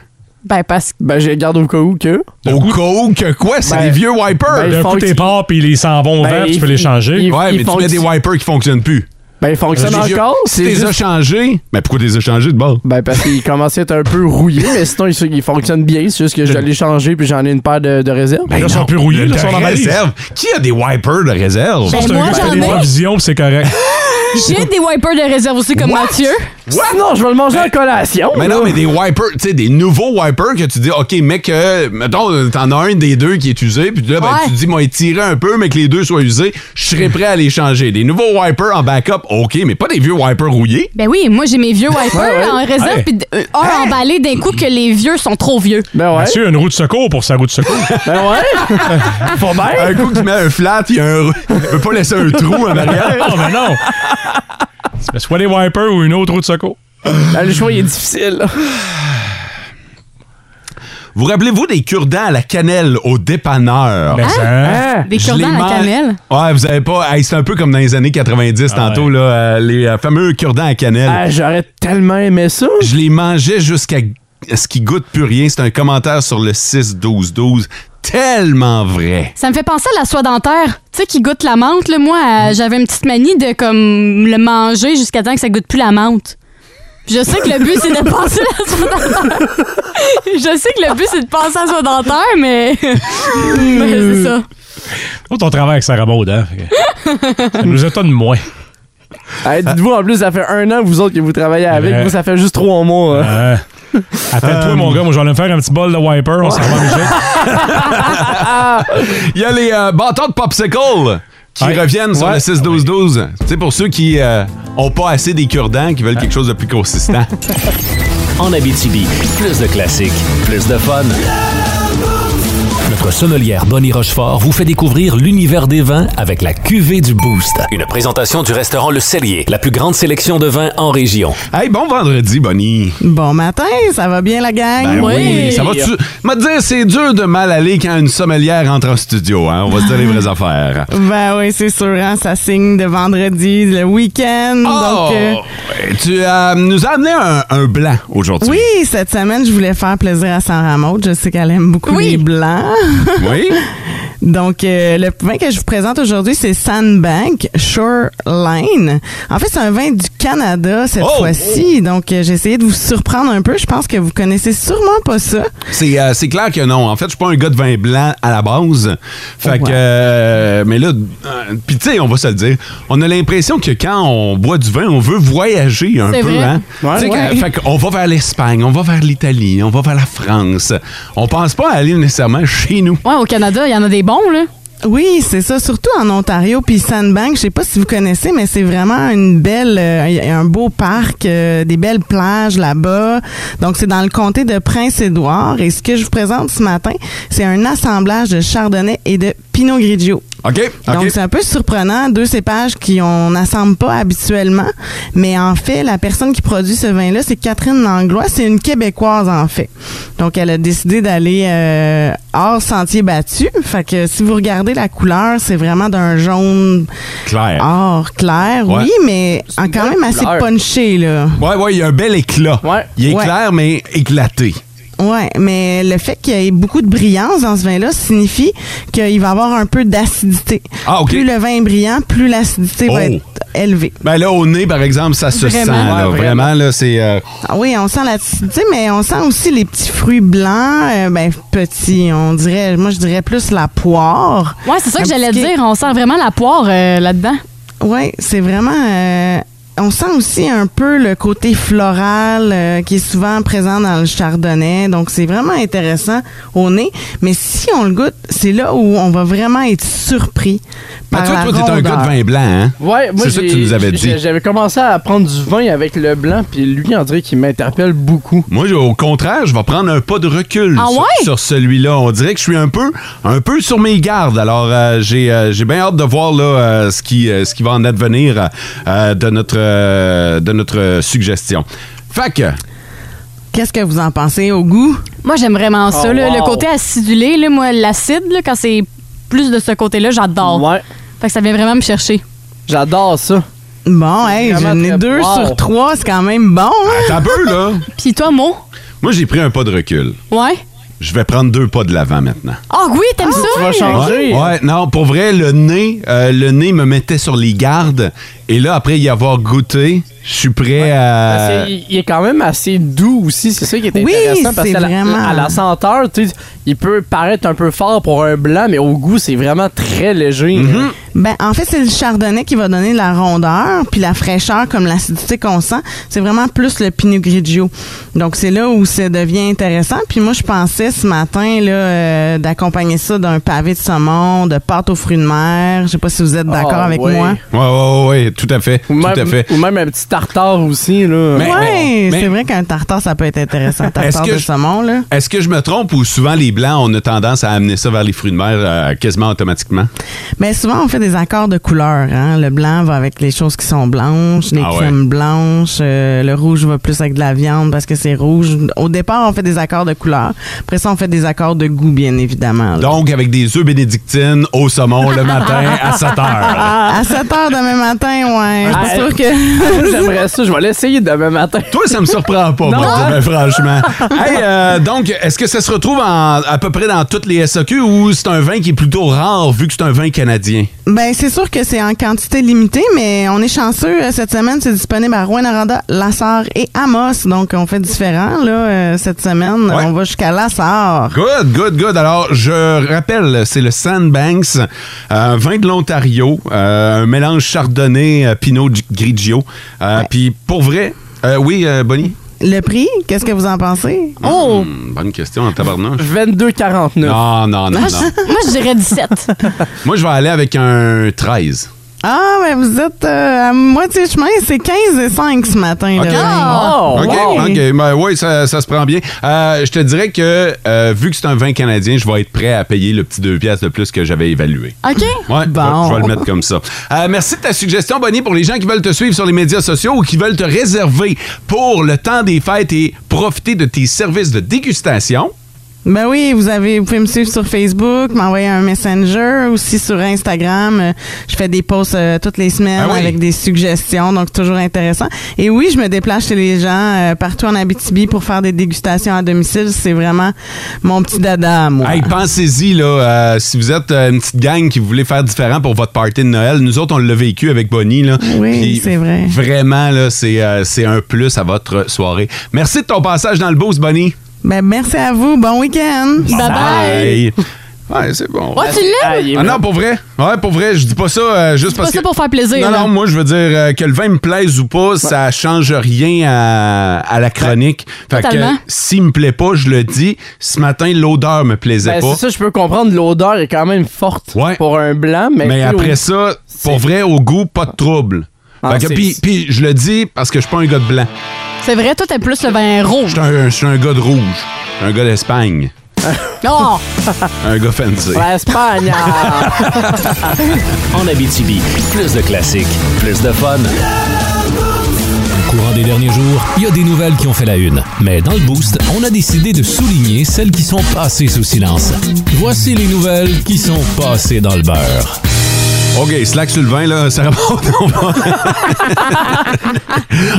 Speaker 6: Ben parce que.
Speaker 5: Ben, je les garde au cas où que.
Speaker 3: Au cas où que quoi? C'est
Speaker 5: Ben,
Speaker 3: des vieux wipers.
Speaker 5: ben,
Speaker 4: D'un
Speaker 5: ils
Speaker 4: coup,
Speaker 5: font-
Speaker 4: t'es part, puis ils s'en vont au
Speaker 5: Ben,
Speaker 4: vent, puis tu peux
Speaker 5: ils-
Speaker 4: les changer.
Speaker 5: ils-
Speaker 3: ouais, mais tu
Speaker 5: font-
Speaker 3: mets des wipers qui fonctionnent plus.
Speaker 5: Ben, ils fonctionnent
Speaker 3: Les vieux-
Speaker 5: encore.
Speaker 3: Si
Speaker 5: C'est
Speaker 3: tu les
Speaker 5: juste-
Speaker 3: as changés, mais pourquoi tu les as changés de bord?
Speaker 5: Ben, parce qu'ils commençaient à être un peu rouillés, mais sinon, ils, ils fonctionnent bien. C'est juste que je les changer puis j'en ai une paire de, de réserve.
Speaker 3: Ben
Speaker 4: Là, ils sont plus rouillés,
Speaker 3: de
Speaker 4: là, ils sont dans la valise.
Speaker 3: réserve. Qui a des wipers de réserve?
Speaker 6: Ben,
Speaker 4: C'est un
Speaker 6: moi,
Speaker 4: gars qui fait
Speaker 6: j'en
Speaker 4: des
Speaker 6: ai.
Speaker 4: provisions, c'est correct.
Speaker 6: J'ai des wipers de réserve aussi comme Mathieu.
Speaker 5: Non, je vais le manger en collation.
Speaker 3: Mais non, mais des wipers, tu sais, des nouveaux wipers que tu dis, OK, mec, euh, mettons, t'en as un des deux qui est usé, puis là, ben,
Speaker 6: Ouais.
Speaker 3: tu dis, moi, étirer un peu, mais que les deux soient usés, je serais prêt à les changer. Des nouveaux wipers en backup, OK, mais pas des vieux wipers rouillés.
Speaker 6: Ben oui, moi j'ai mes vieux wipers
Speaker 5: ouais.
Speaker 6: en réserve
Speaker 4: Hey.
Speaker 6: puis d- euh, un emballé d'un coup que les vieux sont trop vieux.
Speaker 5: Ben ouais.
Speaker 4: Mathieu a une roue de secours pour sa roue de secours.
Speaker 5: Ben ouais. Faut bien.
Speaker 3: Un coup qui met un flat, il y a un. il peut pas laisser un trou en arrière.
Speaker 4: non, Ah, mais non! C'est soit des wipers ou une autre roue de secours.
Speaker 5: Ben, le choix, il est difficile.
Speaker 3: Vous rappelez-vous des cure-dents à la cannelle au dépanneur?
Speaker 4: Mais ça,
Speaker 5: Hein?
Speaker 6: Des
Speaker 3: Je les
Speaker 6: cordons Ben, à la
Speaker 3: mange-
Speaker 6: cannelle.
Speaker 3: Ouais, vous avez pas. hey, c'est un peu comme dans les années 90
Speaker 4: Ah
Speaker 3: tantôt,
Speaker 4: ouais.
Speaker 3: là, euh, les euh, fameux cure-dents à cannelle.
Speaker 5: Ah, J'aurais tellement aimé ça.
Speaker 3: Je les mangeais jusqu'à ce qu'ils goûtent plus rien. C'est un commentaire sur le 6-12-12. Tellement vrai.
Speaker 6: Ça me fait penser à la soie dentaire, tu sais, qui goûte la menthe. Là. Moi,
Speaker 3: Mm.
Speaker 6: euh, j'avais une petite manie de comme le manger jusqu'à temps que ça goûte plus la menthe. Je sais que le but, c'est de passer la soie dentaire. Je sais que le but, c'est de passer la soie dentaire, mais. mais
Speaker 3: Mm.
Speaker 6: c'est ça.
Speaker 4: Autre, on travaille avec Sarah Maud, hein? Fait que Ça nous étonne moins.
Speaker 5: Hey, Dites-vous, en plus, ça fait un an, vous autres, que vous travaillez avec.
Speaker 4: Ouais.
Speaker 5: Vous, ça fait juste trois mois. hein.
Speaker 4: Hein? Attends-toi, mon gars, moi, je vais aller me faire un petit bol de wiper. On s'en va, Michel.
Speaker 6: Ah,
Speaker 3: Il y a les euh, bâtons de popsicle qui
Speaker 4: Ouais.
Speaker 3: reviennent sur
Speaker 4: Ouais.
Speaker 3: le 6-12-12. C'est pour ceux qui euh, ont pas assez des cure-dents, qui veulent quelque chose de plus consistant.
Speaker 2: En Abitibi, plus de classiques, plus de fun. Notre sommelière Bonnie Rochefort vous fait découvrir l'univers des vins avec la cuvée du Boost. Une présentation du restaurant Le Cellier, la plus grande sélection de vins en région.
Speaker 3: Hey, bon vendredi, Bonnie.
Speaker 9: Bon matin, ça va bien la gang?
Speaker 3: Ben oui. ça va-tu? Me dire, c'est dur de mal aller quand une sommelière entre en studio. Hein? On va se dire les vraies affaires.
Speaker 9: Ben oui, c'est sûr, hein, ça signe de vendredi, le week-end.
Speaker 3: Oh!
Speaker 9: donc, euh,
Speaker 3: Ouais, Tu euh, nous as amené un, un blanc aujourd'hui.
Speaker 9: oui, cette semaine, je voulais faire plaisir à Sarah Maud. Je sais qu'elle aime beaucoup les blancs.
Speaker 3: Oui.
Speaker 9: Donc, euh, le vin que je vous présente aujourd'hui, c'est Sandbank Shoreline. En fait, c'est un vin du Canada cette
Speaker 3: Oh!
Speaker 9: fois-ci. Donc, euh, j'ai essayé de vous surprendre un peu. Je pense que vous connaissez sûrement pas ça.
Speaker 3: C'est euh, c'est clair que non. En fait, je suis pas un gars de vin blanc à la base. Fait que. euh, mais là, euh, puis tu sais, on va se le dire. On a l'impression que quand on boit du vin, on veut voyager un
Speaker 11: C'est
Speaker 3: peu.
Speaker 11: vrai.
Speaker 3: Hein?
Speaker 11: Ouais.
Speaker 3: Tu sais, quand-
Speaker 11: Ouais.
Speaker 3: fait qu'on va vers l'Espagne, on va vers l'Italie, on va vers la France. On pense pas à aller nécessairement chez nous.
Speaker 9: Ouais, au Canada, il y en a des bons, là. Oui, c'est ça, surtout en Ontario puis Sandbank. Je sais pas si vous connaissez, mais c'est vraiment une belle, euh, un beau parc, euh, des belles plages là-bas. Donc c'est dans le comté de Prince-Édouard. Et ce que je vous présente ce matin, c'est un assemblage de Chardonnay et de Pinot Grigio.
Speaker 3: OK? OK.
Speaker 9: Donc, c'est un peu surprenant, deux cépages qui on n'assemble pas habituellement. Mais en fait, la personne qui produit ce vin-là, c'est Catherine Langlois. C'est une Québécoise, en fait. Donc, elle a décidé d'aller euh, hors sentier battu. Fait que si vous regardez la couleur, c'est vraiment d'un jaune
Speaker 3: Clair.
Speaker 9: or clair,
Speaker 3: Ouais.
Speaker 9: oui, mais en- quand même assez
Speaker 3: couleur.
Speaker 9: punché, là.
Speaker 3: Ouais, ouais, il y a un bel éclat. Il est
Speaker 9: Ouais.
Speaker 3: clair, mais éclaté.
Speaker 9: Ouais, mais le fait qu'il y ait beaucoup de brillance dans ce vin-là signifie qu'il va avoir un peu d'acidité.
Speaker 3: Ah, ok.
Speaker 9: Plus le vin est brillant, plus l'acidité
Speaker 3: Oh.
Speaker 9: va être élevée.
Speaker 3: Ben là, au nez, par exemple, ça se
Speaker 9: Vraiment.
Speaker 3: sent. Là,
Speaker 9: Ouais,
Speaker 3: vraiment.
Speaker 9: vraiment.
Speaker 3: là, c'est. euh,
Speaker 9: Ah oui, on sent l'acidité, mais on sent aussi les petits fruits blancs, euh, ben petits, on dirait, moi je dirais plus la poire.
Speaker 6: Ouais, c'est ça que
Speaker 9: Un
Speaker 6: j'allais
Speaker 9: petit
Speaker 6: dire. On sent vraiment la poire euh, là-dedans.
Speaker 9: Ouais, c'est vraiment. euh, on sent aussi un peu le côté floral euh, qui est souvent présent dans le chardonnay. Donc, c'est vraiment intéressant au nez. Mais si on le goûte, c'est là où on va vraiment être surpris.
Speaker 3: Ben,
Speaker 9: Par
Speaker 3: toi,
Speaker 9: la
Speaker 3: toi, t'es un
Speaker 9: rondeur.
Speaker 3: gars de vin blanc, hein?
Speaker 5: Ouais, moi
Speaker 3: C'est ça que
Speaker 5: j'ai-
Speaker 3: tu nous avais dit.
Speaker 5: j'ai- J'avais commencé à prendre du vin avec le blanc, puis lui, on dirait qu'il m'interpelle beaucoup.
Speaker 3: Moi, je- au contraire, je vais prendre un pas de recul
Speaker 5: Ah
Speaker 3: sur,
Speaker 5: ouais?
Speaker 3: sur celui-là. On dirait que je suis un peu, un peu sur mes gardes. Alors, euh, j'ai, euh, j'ai bien hâte de voir là, euh, ce, qui, euh, ce qui va en advenir euh, de, notre, euh, de notre suggestion. Fait que,
Speaker 9: Qu'est-ce que vous en pensez au goût?
Speaker 6: Moi, j'aime vraiment ça.
Speaker 3: Oh,
Speaker 6: là.
Speaker 3: wow.
Speaker 6: Le côté acidulé, là, moi, l'acide, là, quand c'est plus de ce côté-là, j'adore.
Speaker 5: Ouais.
Speaker 6: Fait que ça vient vraiment me chercher.
Speaker 5: J'adore ça.
Speaker 9: Bon, hey,
Speaker 6: vraiment
Speaker 9: j'en ai
Speaker 6: très-
Speaker 9: deux
Speaker 6: wow.
Speaker 9: sur trois, c'est quand même bon. hein?
Speaker 3: t'as peu, là?
Speaker 6: Puis toi, Mo?
Speaker 3: Moi, j'ai pris un pas de recul.
Speaker 6: Ouais?
Speaker 3: Je vais prendre deux pas de l'avant maintenant.
Speaker 6: Ah oui, t'aimes ça?
Speaker 3: Ouais, ouais, non, pour vrai, le nez, euh, le nez me mettait sur les gardes. Et là, après y avoir goûté, je suis prêt à.
Speaker 5: Parce qu'il- il est quand même assez doux aussi, c'est ça qui est
Speaker 9: Oui,
Speaker 5: intéressant. Parce
Speaker 9: c'est
Speaker 5: qu'à la-
Speaker 9: vraiment-
Speaker 5: à la senteur, tu sais, il peut paraître un peu fort pour un blanc, mais au goût, c'est vraiment très léger.
Speaker 3: Mm-hmm.
Speaker 9: Ben, en fait, c'est le chardonnay qui va donner la rondeur, puis la fraîcheur, comme l'acidité qu'on sent. C'est vraiment plus le Pinot Grigio. Donc, c'est là où ça devient intéressant. Puis moi, je pensais ce matin là euh, d'accompagner ça d'un pavé de saumon, de pâte aux fruits de mer. Je sais pas si vous êtes d'accord
Speaker 5: Ah,
Speaker 9: avec
Speaker 5: ouais.
Speaker 9: moi.
Speaker 3: Ouais, ouais, ouais, ouais, tout à fait.
Speaker 5: Ou même,
Speaker 3: tout à fait.
Speaker 5: ou même un petit tartare aussi. Là.
Speaker 3: Mais-
Speaker 9: ouais, c'est vrai qu'un tartare, ça peut être intéressant.
Speaker 3: Est-ce
Speaker 9: Tartare
Speaker 3: que
Speaker 9: de
Speaker 3: je-
Speaker 9: saumon, là.
Speaker 3: Est-ce que je me trompe ou souvent les blancs, on a tendance à amener ça vers les fruits de mer euh, quasiment automatiquement?
Speaker 9: Mais souvent, on fait des accords de couleurs. Hein? Le blanc va avec les choses qui sont blanches, les
Speaker 3: Ah ouais.
Speaker 9: crèmes blanches. euh, le rouge va plus avec de la viande parce que c'est rouge. Au départ, on fait des accords de couleurs. Après ça, on fait des accords de goût, bien évidemment. là.
Speaker 3: Donc, avec des œufs bénédictines au saumon le matin à 7 heures.
Speaker 9: À 7 h demain matin, ouais. Je suis
Speaker 5: Ah,
Speaker 9: sûre
Speaker 5: euh,
Speaker 9: que.
Speaker 5: J'aimerais ça, je vais l'essayer demain matin.
Speaker 3: Toi, ça me surprend pas, moi,
Speaker 5: Non.
Speaker 3: ben, franchement. Hey, euh, donc, est-ce que ça se retrouve en- à peu près dans toutes les SAQ ou c'est un vin qui est plutôt rare vu que c'est un vin canadien?
Speaker 9: Ben, c'est sûr que c'est en quantité limitée, mais on est chanceux. euh, Cette semaine, c'est disponible à Rouen-Aranda, Lassar et Amos. Donc, on fait différent, là, euh, cette semaine.
Speaker 3: Ouais.
Speaker 9: On va jusqu'à Lassar.
Speaker 3: Good, good, good. Alors, je rappelle, c'est le Sandbanks, euh, vin de l'Ontario, euh, un mélange chardonnay, euh, pinot grigio. Euh, Puis, pour vrai, euh, oui, euh, Bonnie?
Speaker 9: Le prix, qu'est-ce que vous en pensez?
Speaker 5: Oh!
Speaker 3: Hmm, bonne question en tabarnouche.
Speaker 5: 22,49.
Speaker 3: Non, non, non,
Speaker 6: Ah, Moi,
Speaker 3: non.
Speaker 6: je, moi, je dirais 17.
Speaker 3: Moi, je vais aller avec un 13.
Speaker 9: Ah, ben vous êtes euh, à moitié chemin, c'est 15 et 5 ce matin.
Speaker 3: OK.
Speaker 9: là.
Speaker 3: OK,
Speaker 9: Ouais.
Speaker 3: OK. Ben oui, ça, ça se prend bien. Euh, je te dirais que, euh, vu que c'est un vin canadien, je vais être prêt à payer le petit 2 piastres de plus que j'avais évalué.
Speaker 6: OK.
Speaker 3: Ouais, je, je vais le mettre comme ça. Euh, merci de ta suggestion, Bonnie, pour les gens qui veulent te suivre sur les médias sociaux ou qui veulent te réserver pour le temps des fêtes et profiter de tes services de dégustation.
Speaker 9: Ben oui, vous avez, vous pouvez me suivre sur Facebook, m'envoyer un messenger, aussi sur Instagram. Euh, Je fais des posts euh, toutes les semaines
Speaker 3: Ah oui.
Speaker 9: avec des suggestions, donc toujours intéressant. Et oui, je me déplace chez les gens euh, partout en Abitibi pour faire des dégustations à domicile. C'est vraiment mon petit dada, moi.
Speaker 3: Hey, pensez-y, là, euh, si vous êtes euh, une petite gang qui voulez faire différent pour votre party de Noël, nous autres, on l'a vécu avec Bonnie. Là,
Speaker 9: Oui,
Speaker 3: Puis
Speaker 9: c'est vrai.
Speaker 3: Vraiment, là, c'est euh, c'est un plus à votre soirée. Merci de ton passage dans le boost, Bonnie.
Speaker 9: Ben merci à vous. Bon week-end.
Speaker 3: Ouais, c'est bon.
Speaker 9: Ouais, tu l'aimes? Ah, il est
Speaker 3: Ah
Speaker 9: bon.
Speaker 3: non, pour vrai. Ouais, pour vrai, je dis pas ça euh, juste parce
Speaker 9: pas
Speaker 3: que.
Speaker 9: ça pour faire plaisir,
Speaker 3: Non,
Speaker 9: là.
Speaker 3: non, moi, je veux dire euh, que le vin me plaise ou pas, ça change rien à, à la chronique. Fait que
Speaker 5: Totalement.
Speaker 3: euh, s'il me plaît pas, je le dis. Ce matin, l'odeur me plaisait
Speaker 5: Ben,
Speaker 3: pas.
Speaker 5: c'est ça, je peux comprendre. L'odeur est quand même forte pour un blanc, mais.
Speaker 3: Mais, après ça, pour vrai, au goût, pas de trouble.
Speaker 5: Ah,
Speaker 3: Fait que-
Speaker 5: c'est-
Speaker 3: Puis puis je le dis parce que je suis pas un gars de blanc.
Speaker 6: C'est vrai, toi, t'es plus le vin
Speaker 3: Je
Speaker 6: rouge.
Speaker 3: suis un, je suis un gars de rouge. Je suis un gars d'Espagne.
Speaker 6: Non!
Speaker 3: un gars fancy.
Speaker 5: Espagne!
Speaker 2: En Abitibi, plus de classiques, plus de fun. Au courant des derniers jours, il y a des nouvelles qui ont fait la une. Mais dans le Boost, on a décidé de souligner celles qui sont passées sous silence. Voici les nouvelles qui sont passées dans le beurre.
Speaker 3: OK, slack sur le vin, là, ça remonte. On va,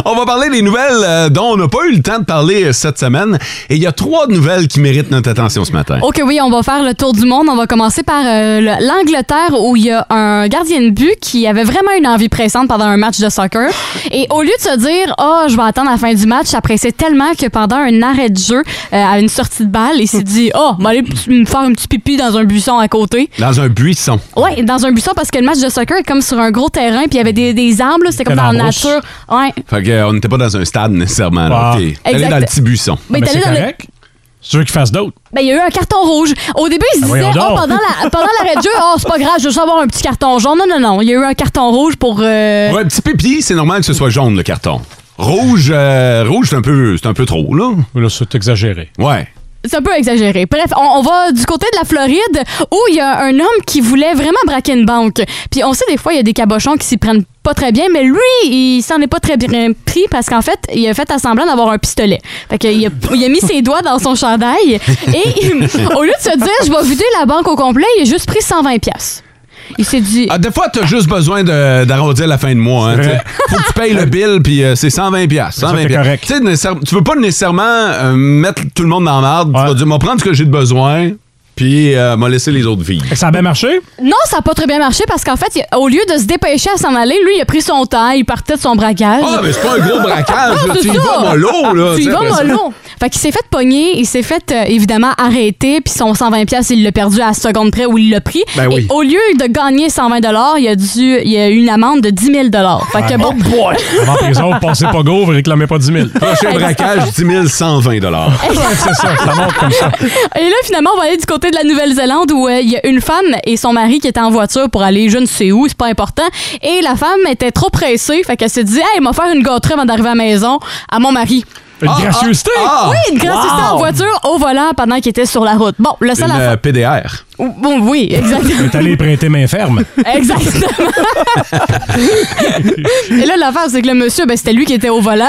Speaker 3: On va parler des nouvelles euh, dont on n'a pas eu le temps de parler euh, cette semaine. Et il y a trois nouvelles qui méritent notre attention ce matin.
Speaker 6: Ok, oui, on va faire le tour du monde. On va commencer par euh, le- l'Angleterre où il y a un gardien de but qui avait vraiment une envie pressante pendant un match de soccer. Et au lieu de se dire, oh, je vais attendre la fin du match, ça pressait tellement que pendant un arrêt de jeu, euh, à une sortie de balle, il s'est dit, oh, je vais aller p- me faire un petit pipi dans un buisson à côté.
Speaker 3: Dans un buisson.
Speaker 6: Ouais, dans un buisson parce que le match de soccer est comme sur un gros terrain, puis il y avait des, des arbres, là, c'était comme
Speaker 3: Comme
Speaker 6: dans
Speaker 3: en
Speaker 6: la Ah,
Speaker 3: rousse.
Speaker 6: nature. Ouais.
Speaker 3: Fait que, euh, on n'était pas dans un stade nécessairement. là.
Speaker 4: Ah.
Speaker 3: OK. T'es allé
Speaker 6: Exact.
Speaker 3: dans le petit buisson.
Speaker 6: Mais t'es allé dans le-
Speaker 4: Tu veux qu'il fasse d'autres?
Speaker 6: Ben, il y a eu un carton rouge. Au début, ils se
Speaker 4: Ben,
Speaker 6: disaient,
Speaker 4: voyons donc.
Speaker 6: oh, pendant la- pendant l'arrêt de jeu, oh, c'est pas grave, je veux juste avoir un petit carton jaune. Non, non, non. Il y a eu un carton rouge pour. euh,
Speaker 3: Ouais, petit pipi, c'est normal que ce soit jaune, le carton. Rouge, euh, rouge c'est un, peu- c'est un peu trop, là.
Speaker 4: Là, c'est exagéré.
Speaker 3: Ouais.
Speaker 6: C'est un peu exagéré. Bref, on, on va du côté de la Floride où il y a un homme qui voulait vraiment braquer une banque. Puis on sait des fois, il y a des cabochons qui s'y prennent pas très bien, mais lui, il s'en est pas très bien pris parce qu'en fait, il a fait à semblant d'avoir un pistolet. Fait qu'il a, il a mis ses doigts dans son chandail et il- au lieu de se dire « je vais vider la banque au complet », il a juste pris 120 pièces. Il s'est dit
Speaker 3: Ah, des fois, t'as juste besoin de- d'arrondir la fin de mois. Hein,
Speaker 4: vrai.
Speaker 3: t'sais. Faut que tu payes le bill, puis euh, c'est 120 piastres,
Speaker 4: Ça,
Speaker 3: 120
Speaker 4: t'es
Speaker 3: piastres. T'sais, nécessaire- Tu veux pas nécessairement euh, mettre tout le monde dans la merde. Tu vas dire, m'en prendre ce que j'ai de besoin, puis euh, m'a laisser les autres vivre.
Speaker 4: Ça a bien marché?
Speaker 6: Non, ça n'a pas très bien marché parce qu'en fait, il- au lieu de se dépêcher à s'en aller, lui, il a pris son temps, il partait de son braquage.
Speaker 3: Ah, mais c'est pas un gros braquage,
Speaker 6: Non,
Speaker 3: là.
Speaker 6: c'est
Speaker 3: Tu y
Speaker 6: ça.
Speaker 3: vas mollo, là,
Speaker 6: Tu y
Speaker 3: Ah, tu sais,
Speaker 6: vas
Speaker 3: après ça.
Speaker 6: mollo. Fait qu'il s'est fait pogner, il s'est fait euh, évidemment arrêter, puis son 120$, piastres, il l'a perdu à la seconde près où il l'a pris.
Speaker 3: Ben oui.
Speaker 6: Et au lieu de gagner 120$, il a, dû, il a eu une amende de 10 000$. Fait que
Speaker 3: Oh
Speaker 6: bon.
Speaker 4: Avant en prison, pensez pas gauve, réclamez pas 10 000.
Speaker 3: Prochain braquage, 10 120
Speaker 4: C'est ça, ça monte comme ça.
Speaker 6: Et là, finalement, on va aller du côté de la Nouvelle-Zélande où euh, il y a une femme et son mari qui étaient en voiture pour aller je ne sais où, c'est pas important. Et la femme était trop pressée, fait qu'elle s'est dit, hey, m'a faire une gâterie avant d'arriver à la maison à mon mari.
Speaker 4: Une Ah, gracieuseté? ah, ah!
Speaker 6: Oui, une gracieuseté
Speaker 4: Wow!
Speaker 6: en voiture au volant pendant qu'il était sur la route. Bon, le seul
Speaker 3: Une
Speaker 6: affaire-
Speaker 3: euh, PDR.
Speaker 6: Bon, oui, exactement.
Speaker 4: T'es allé prêter main ferme.
Speaker 6: Exactement. et là, l'affaire, c'est que le monsieur, ben, c'était lui qui était au volant.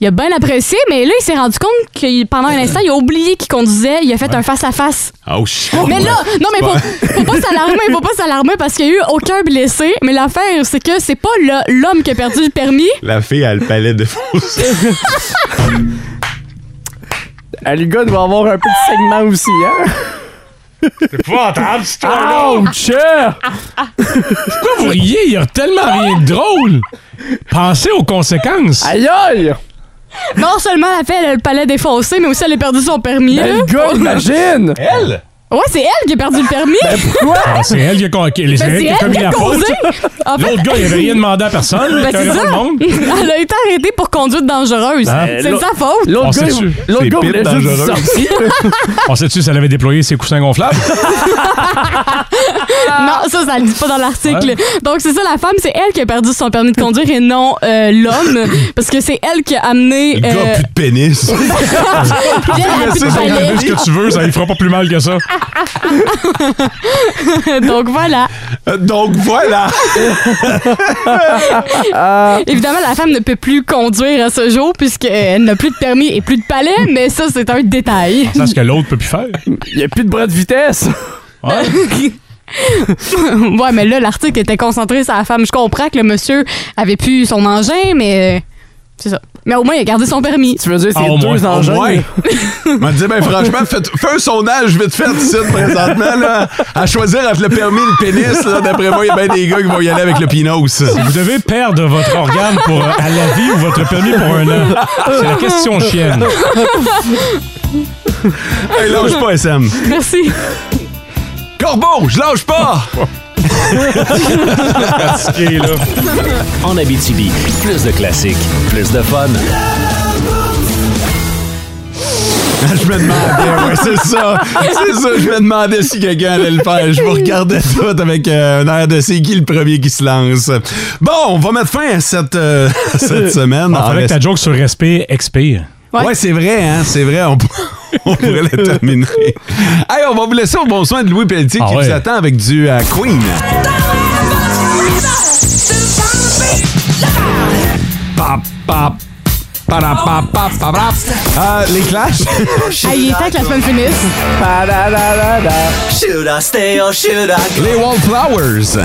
Speaker 6: Il a bien apprécié, mais là, il s'est rendu compte que pendant un instant, il a oublié qu'il conduisait. Il a fait un face-à-face.
Speaker 3: Oh, shit.
Speaker 6: Mais là, non, mais
Speaker 3: pas-
Speaker 6: faut, faut pas s'alarmer, faut pas s'alarmer parce qu'il y a eu aucun blessé. Mais l'affaire, c'est que c'est pas le- l'homme qui a perdu le permis.
Speaker 3: La fille a le palais de fausse.
Speaker 5: Ah, Le gars doit avoir un petit segment aussi, hein?
Speaker 4: C'est épouvantable, cette
Speaker 5: Oh,
Speaker 9: Ah.
Speaker 4: Pourquoi vous riez? Il y a tellement rien de drôle. Pensez aux conséquences.
Speaker 5: Aïe aïe!
Speaker 6: Non seulement elle a fait le palais défoncé, mais aussi elle a perdu son permis.
Speaker 9: Oh,
Speaker 5: Ben,
Speaker 6: là.
Speaker 5: le gars, imagine!
Speaker 3: Elle?
Speaker 6: Ouais, c'est elle qui a perdu le permis.
Speaker 4: Ah, c'est elle qui a, con- qui-
Speaker 6: Ben,
Speaker 4: c'est elle qui a commis
Speaker 6: qui a
Speaker 4: la faute.
Speaker 6: causé. En fait-
Speaker 4: L'autre gars, il avait rien demandé à personne, là, il
Speaker 6: Ben, c'est
Speaker 4: carrément
Speaker 6: ça.
Speaker 4: le monde.
Speaker 6: Elle a été arrêtée pour conduite dangereuse.
Speaker 4: Hein?
Speaker 6: C'est de sa faute.
Speaker 4: On sait-tu-
Speaker 5: l'autre gars voulait juste
Speaker 4: dangereux. On sait-tu si elle avait déployé ses coussins gonflables?
Speaker 6: non, ça, ça le dit pas dans l'article. Donc, c'est ça, la femme, c'est elle qui a perdu son permis de conduire et non euh, l'homme, parce que c'est elle qui a amené.
Speaker 3: Le gars a
Speaker 6: euh,
Speaker 3: plus de pénis.
Speaker 6: Viens, la
Speaker 4: Laissez
Speaker 6: petite
Speaker 4: son
Speaker 6: palette.
Speaker 4: bébé ce que tu veux, ça lui fera pas plus mal que ça.
Speaker 6: Ah. Donc voilà.
Speaker 3: Donc voilà.
Speaker 6: Évidemment, la femme ne peut plus conduire à ce jour puisqu'elle n'a plus de permis et plus de palais, mais ça, c'est un détail.
Speaker 4: C'est ce que l'autre peut plus faire.
Speaker 5: Il n'y a plus de bras de vitesse.
Speaker 6: ouais, mais là, l'article était concentré sur la femme. Je comprends que le monsieur avait pu son engin, mais euh, c'est ça. Mais au moins, il a gardé son permis.
Speaker 5: Tu veux dire,
Speaker 3: Ah, au moins, au moins. m'a dit, ben franchement, faites- fais un sondage vite fait ici présentement. Là, à choisir entre le permis et le pénis, là, d'après moi, il y a bien des gars qui vont y aller avec le pinos.
Speaker 4: Vous devez perdre votre organe pour euh, à la vie ou votre permis pour un an. C'est la question chienne.
Speaker 3: Hey, lâche pas, SM.
Speaker 6: Merci.
Speaker 3: Corbeau, je lâche pas!
Speaker 4: Fatigué, là.
Speaker 2: En Abitibi, plus de classiques, plus de fun.
Speaker 3: Je me demandais, ouais, c'est ça. C'est ça, je me demandais si quelqu'un allait le faire. Je vous regardais tout avec euh, un air de c'est qui le premier qui se lance. Bon, on va mettre fin à cette, euh, à cette semaine.
Speaker 4: Il
Speaker 3: En
Speaker 4: fallait
Speaker 3: rest-
Speaker 4: que ta joke sur respect expire.
Speaker 3: Ouais, c'est vrai, hein, c'est vrai. On, on pourrait la terminer. Hey, on va vous laisser au bon soin de Louis Pelletier qui vous attend avec du euh, Queen. Pap, pap, para, pap, pap, pap, pap. Euh, les clashs?
Speaker 6: Ah, il est temps que la semaine finisse.
Speaker 11: Should Oh, I stay or should I go?
Speaker 3: Les Wallflowers.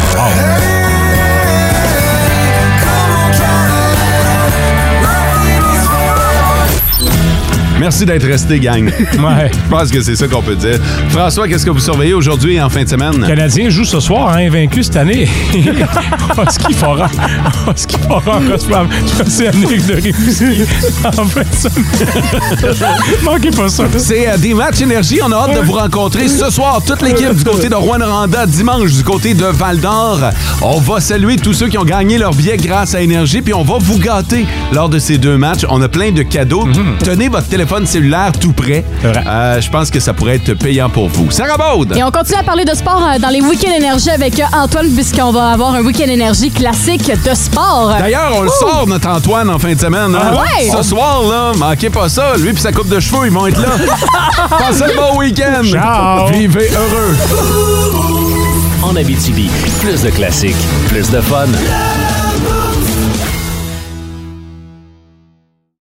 Speaker 3: Merci d'être resté, gang. Je pense que c'est ça qu'on peut dire. François, qu'est-ce que vous surveillez aujourd'hui et en fin de semaine?
Speaker 4: Le Canadien joue ce soir, hein, vaincu cette année. Est-ce qu'il fera? Est-ce qu'il fera? reçoivre Océanique de Rimouski en fin de semaine? Manquez pas ça.
Speaker 3: C'est euh, des matchs énergie. On a hâte de vous rencontrer ce soir. Toute l'équipe du côté de Rouen-Noranda, dimanche du côté de Val-d'Or. On va saluer tous ceux qui ont gagné leur billet grâce à énergie, puis on va vous gâter lors de ces deux matchs. On a plein de cadeaux. Tenez votre téléphone cellulaire tout près. Euh, Je pense que ça pourrait être payant pour vous. Sarah Baud!
Speaker 6: Et on continue à parler de sport euh, dans les week-ends énergie avec euh, Antoine, puisqu'on va avoir un week-end énergie classique de sport.
Speaker 3: D'ailleurs, on le
Speaker 6: Ouh!
Speaker 3: sort, notre Antoine, en fin de semaine. hein?
Speaker 6: Ah ouais?
Speaker 3: Ce soir, là, manquez pas ça. Lui puis sa coupe de cheveux, ils vont être là. Passez un bon week-end.
Speaker 2: Ciao.
Speaker 3: Vivez heureux.
Speaker 2: En Abitibi, plus de classiques, plus de fun.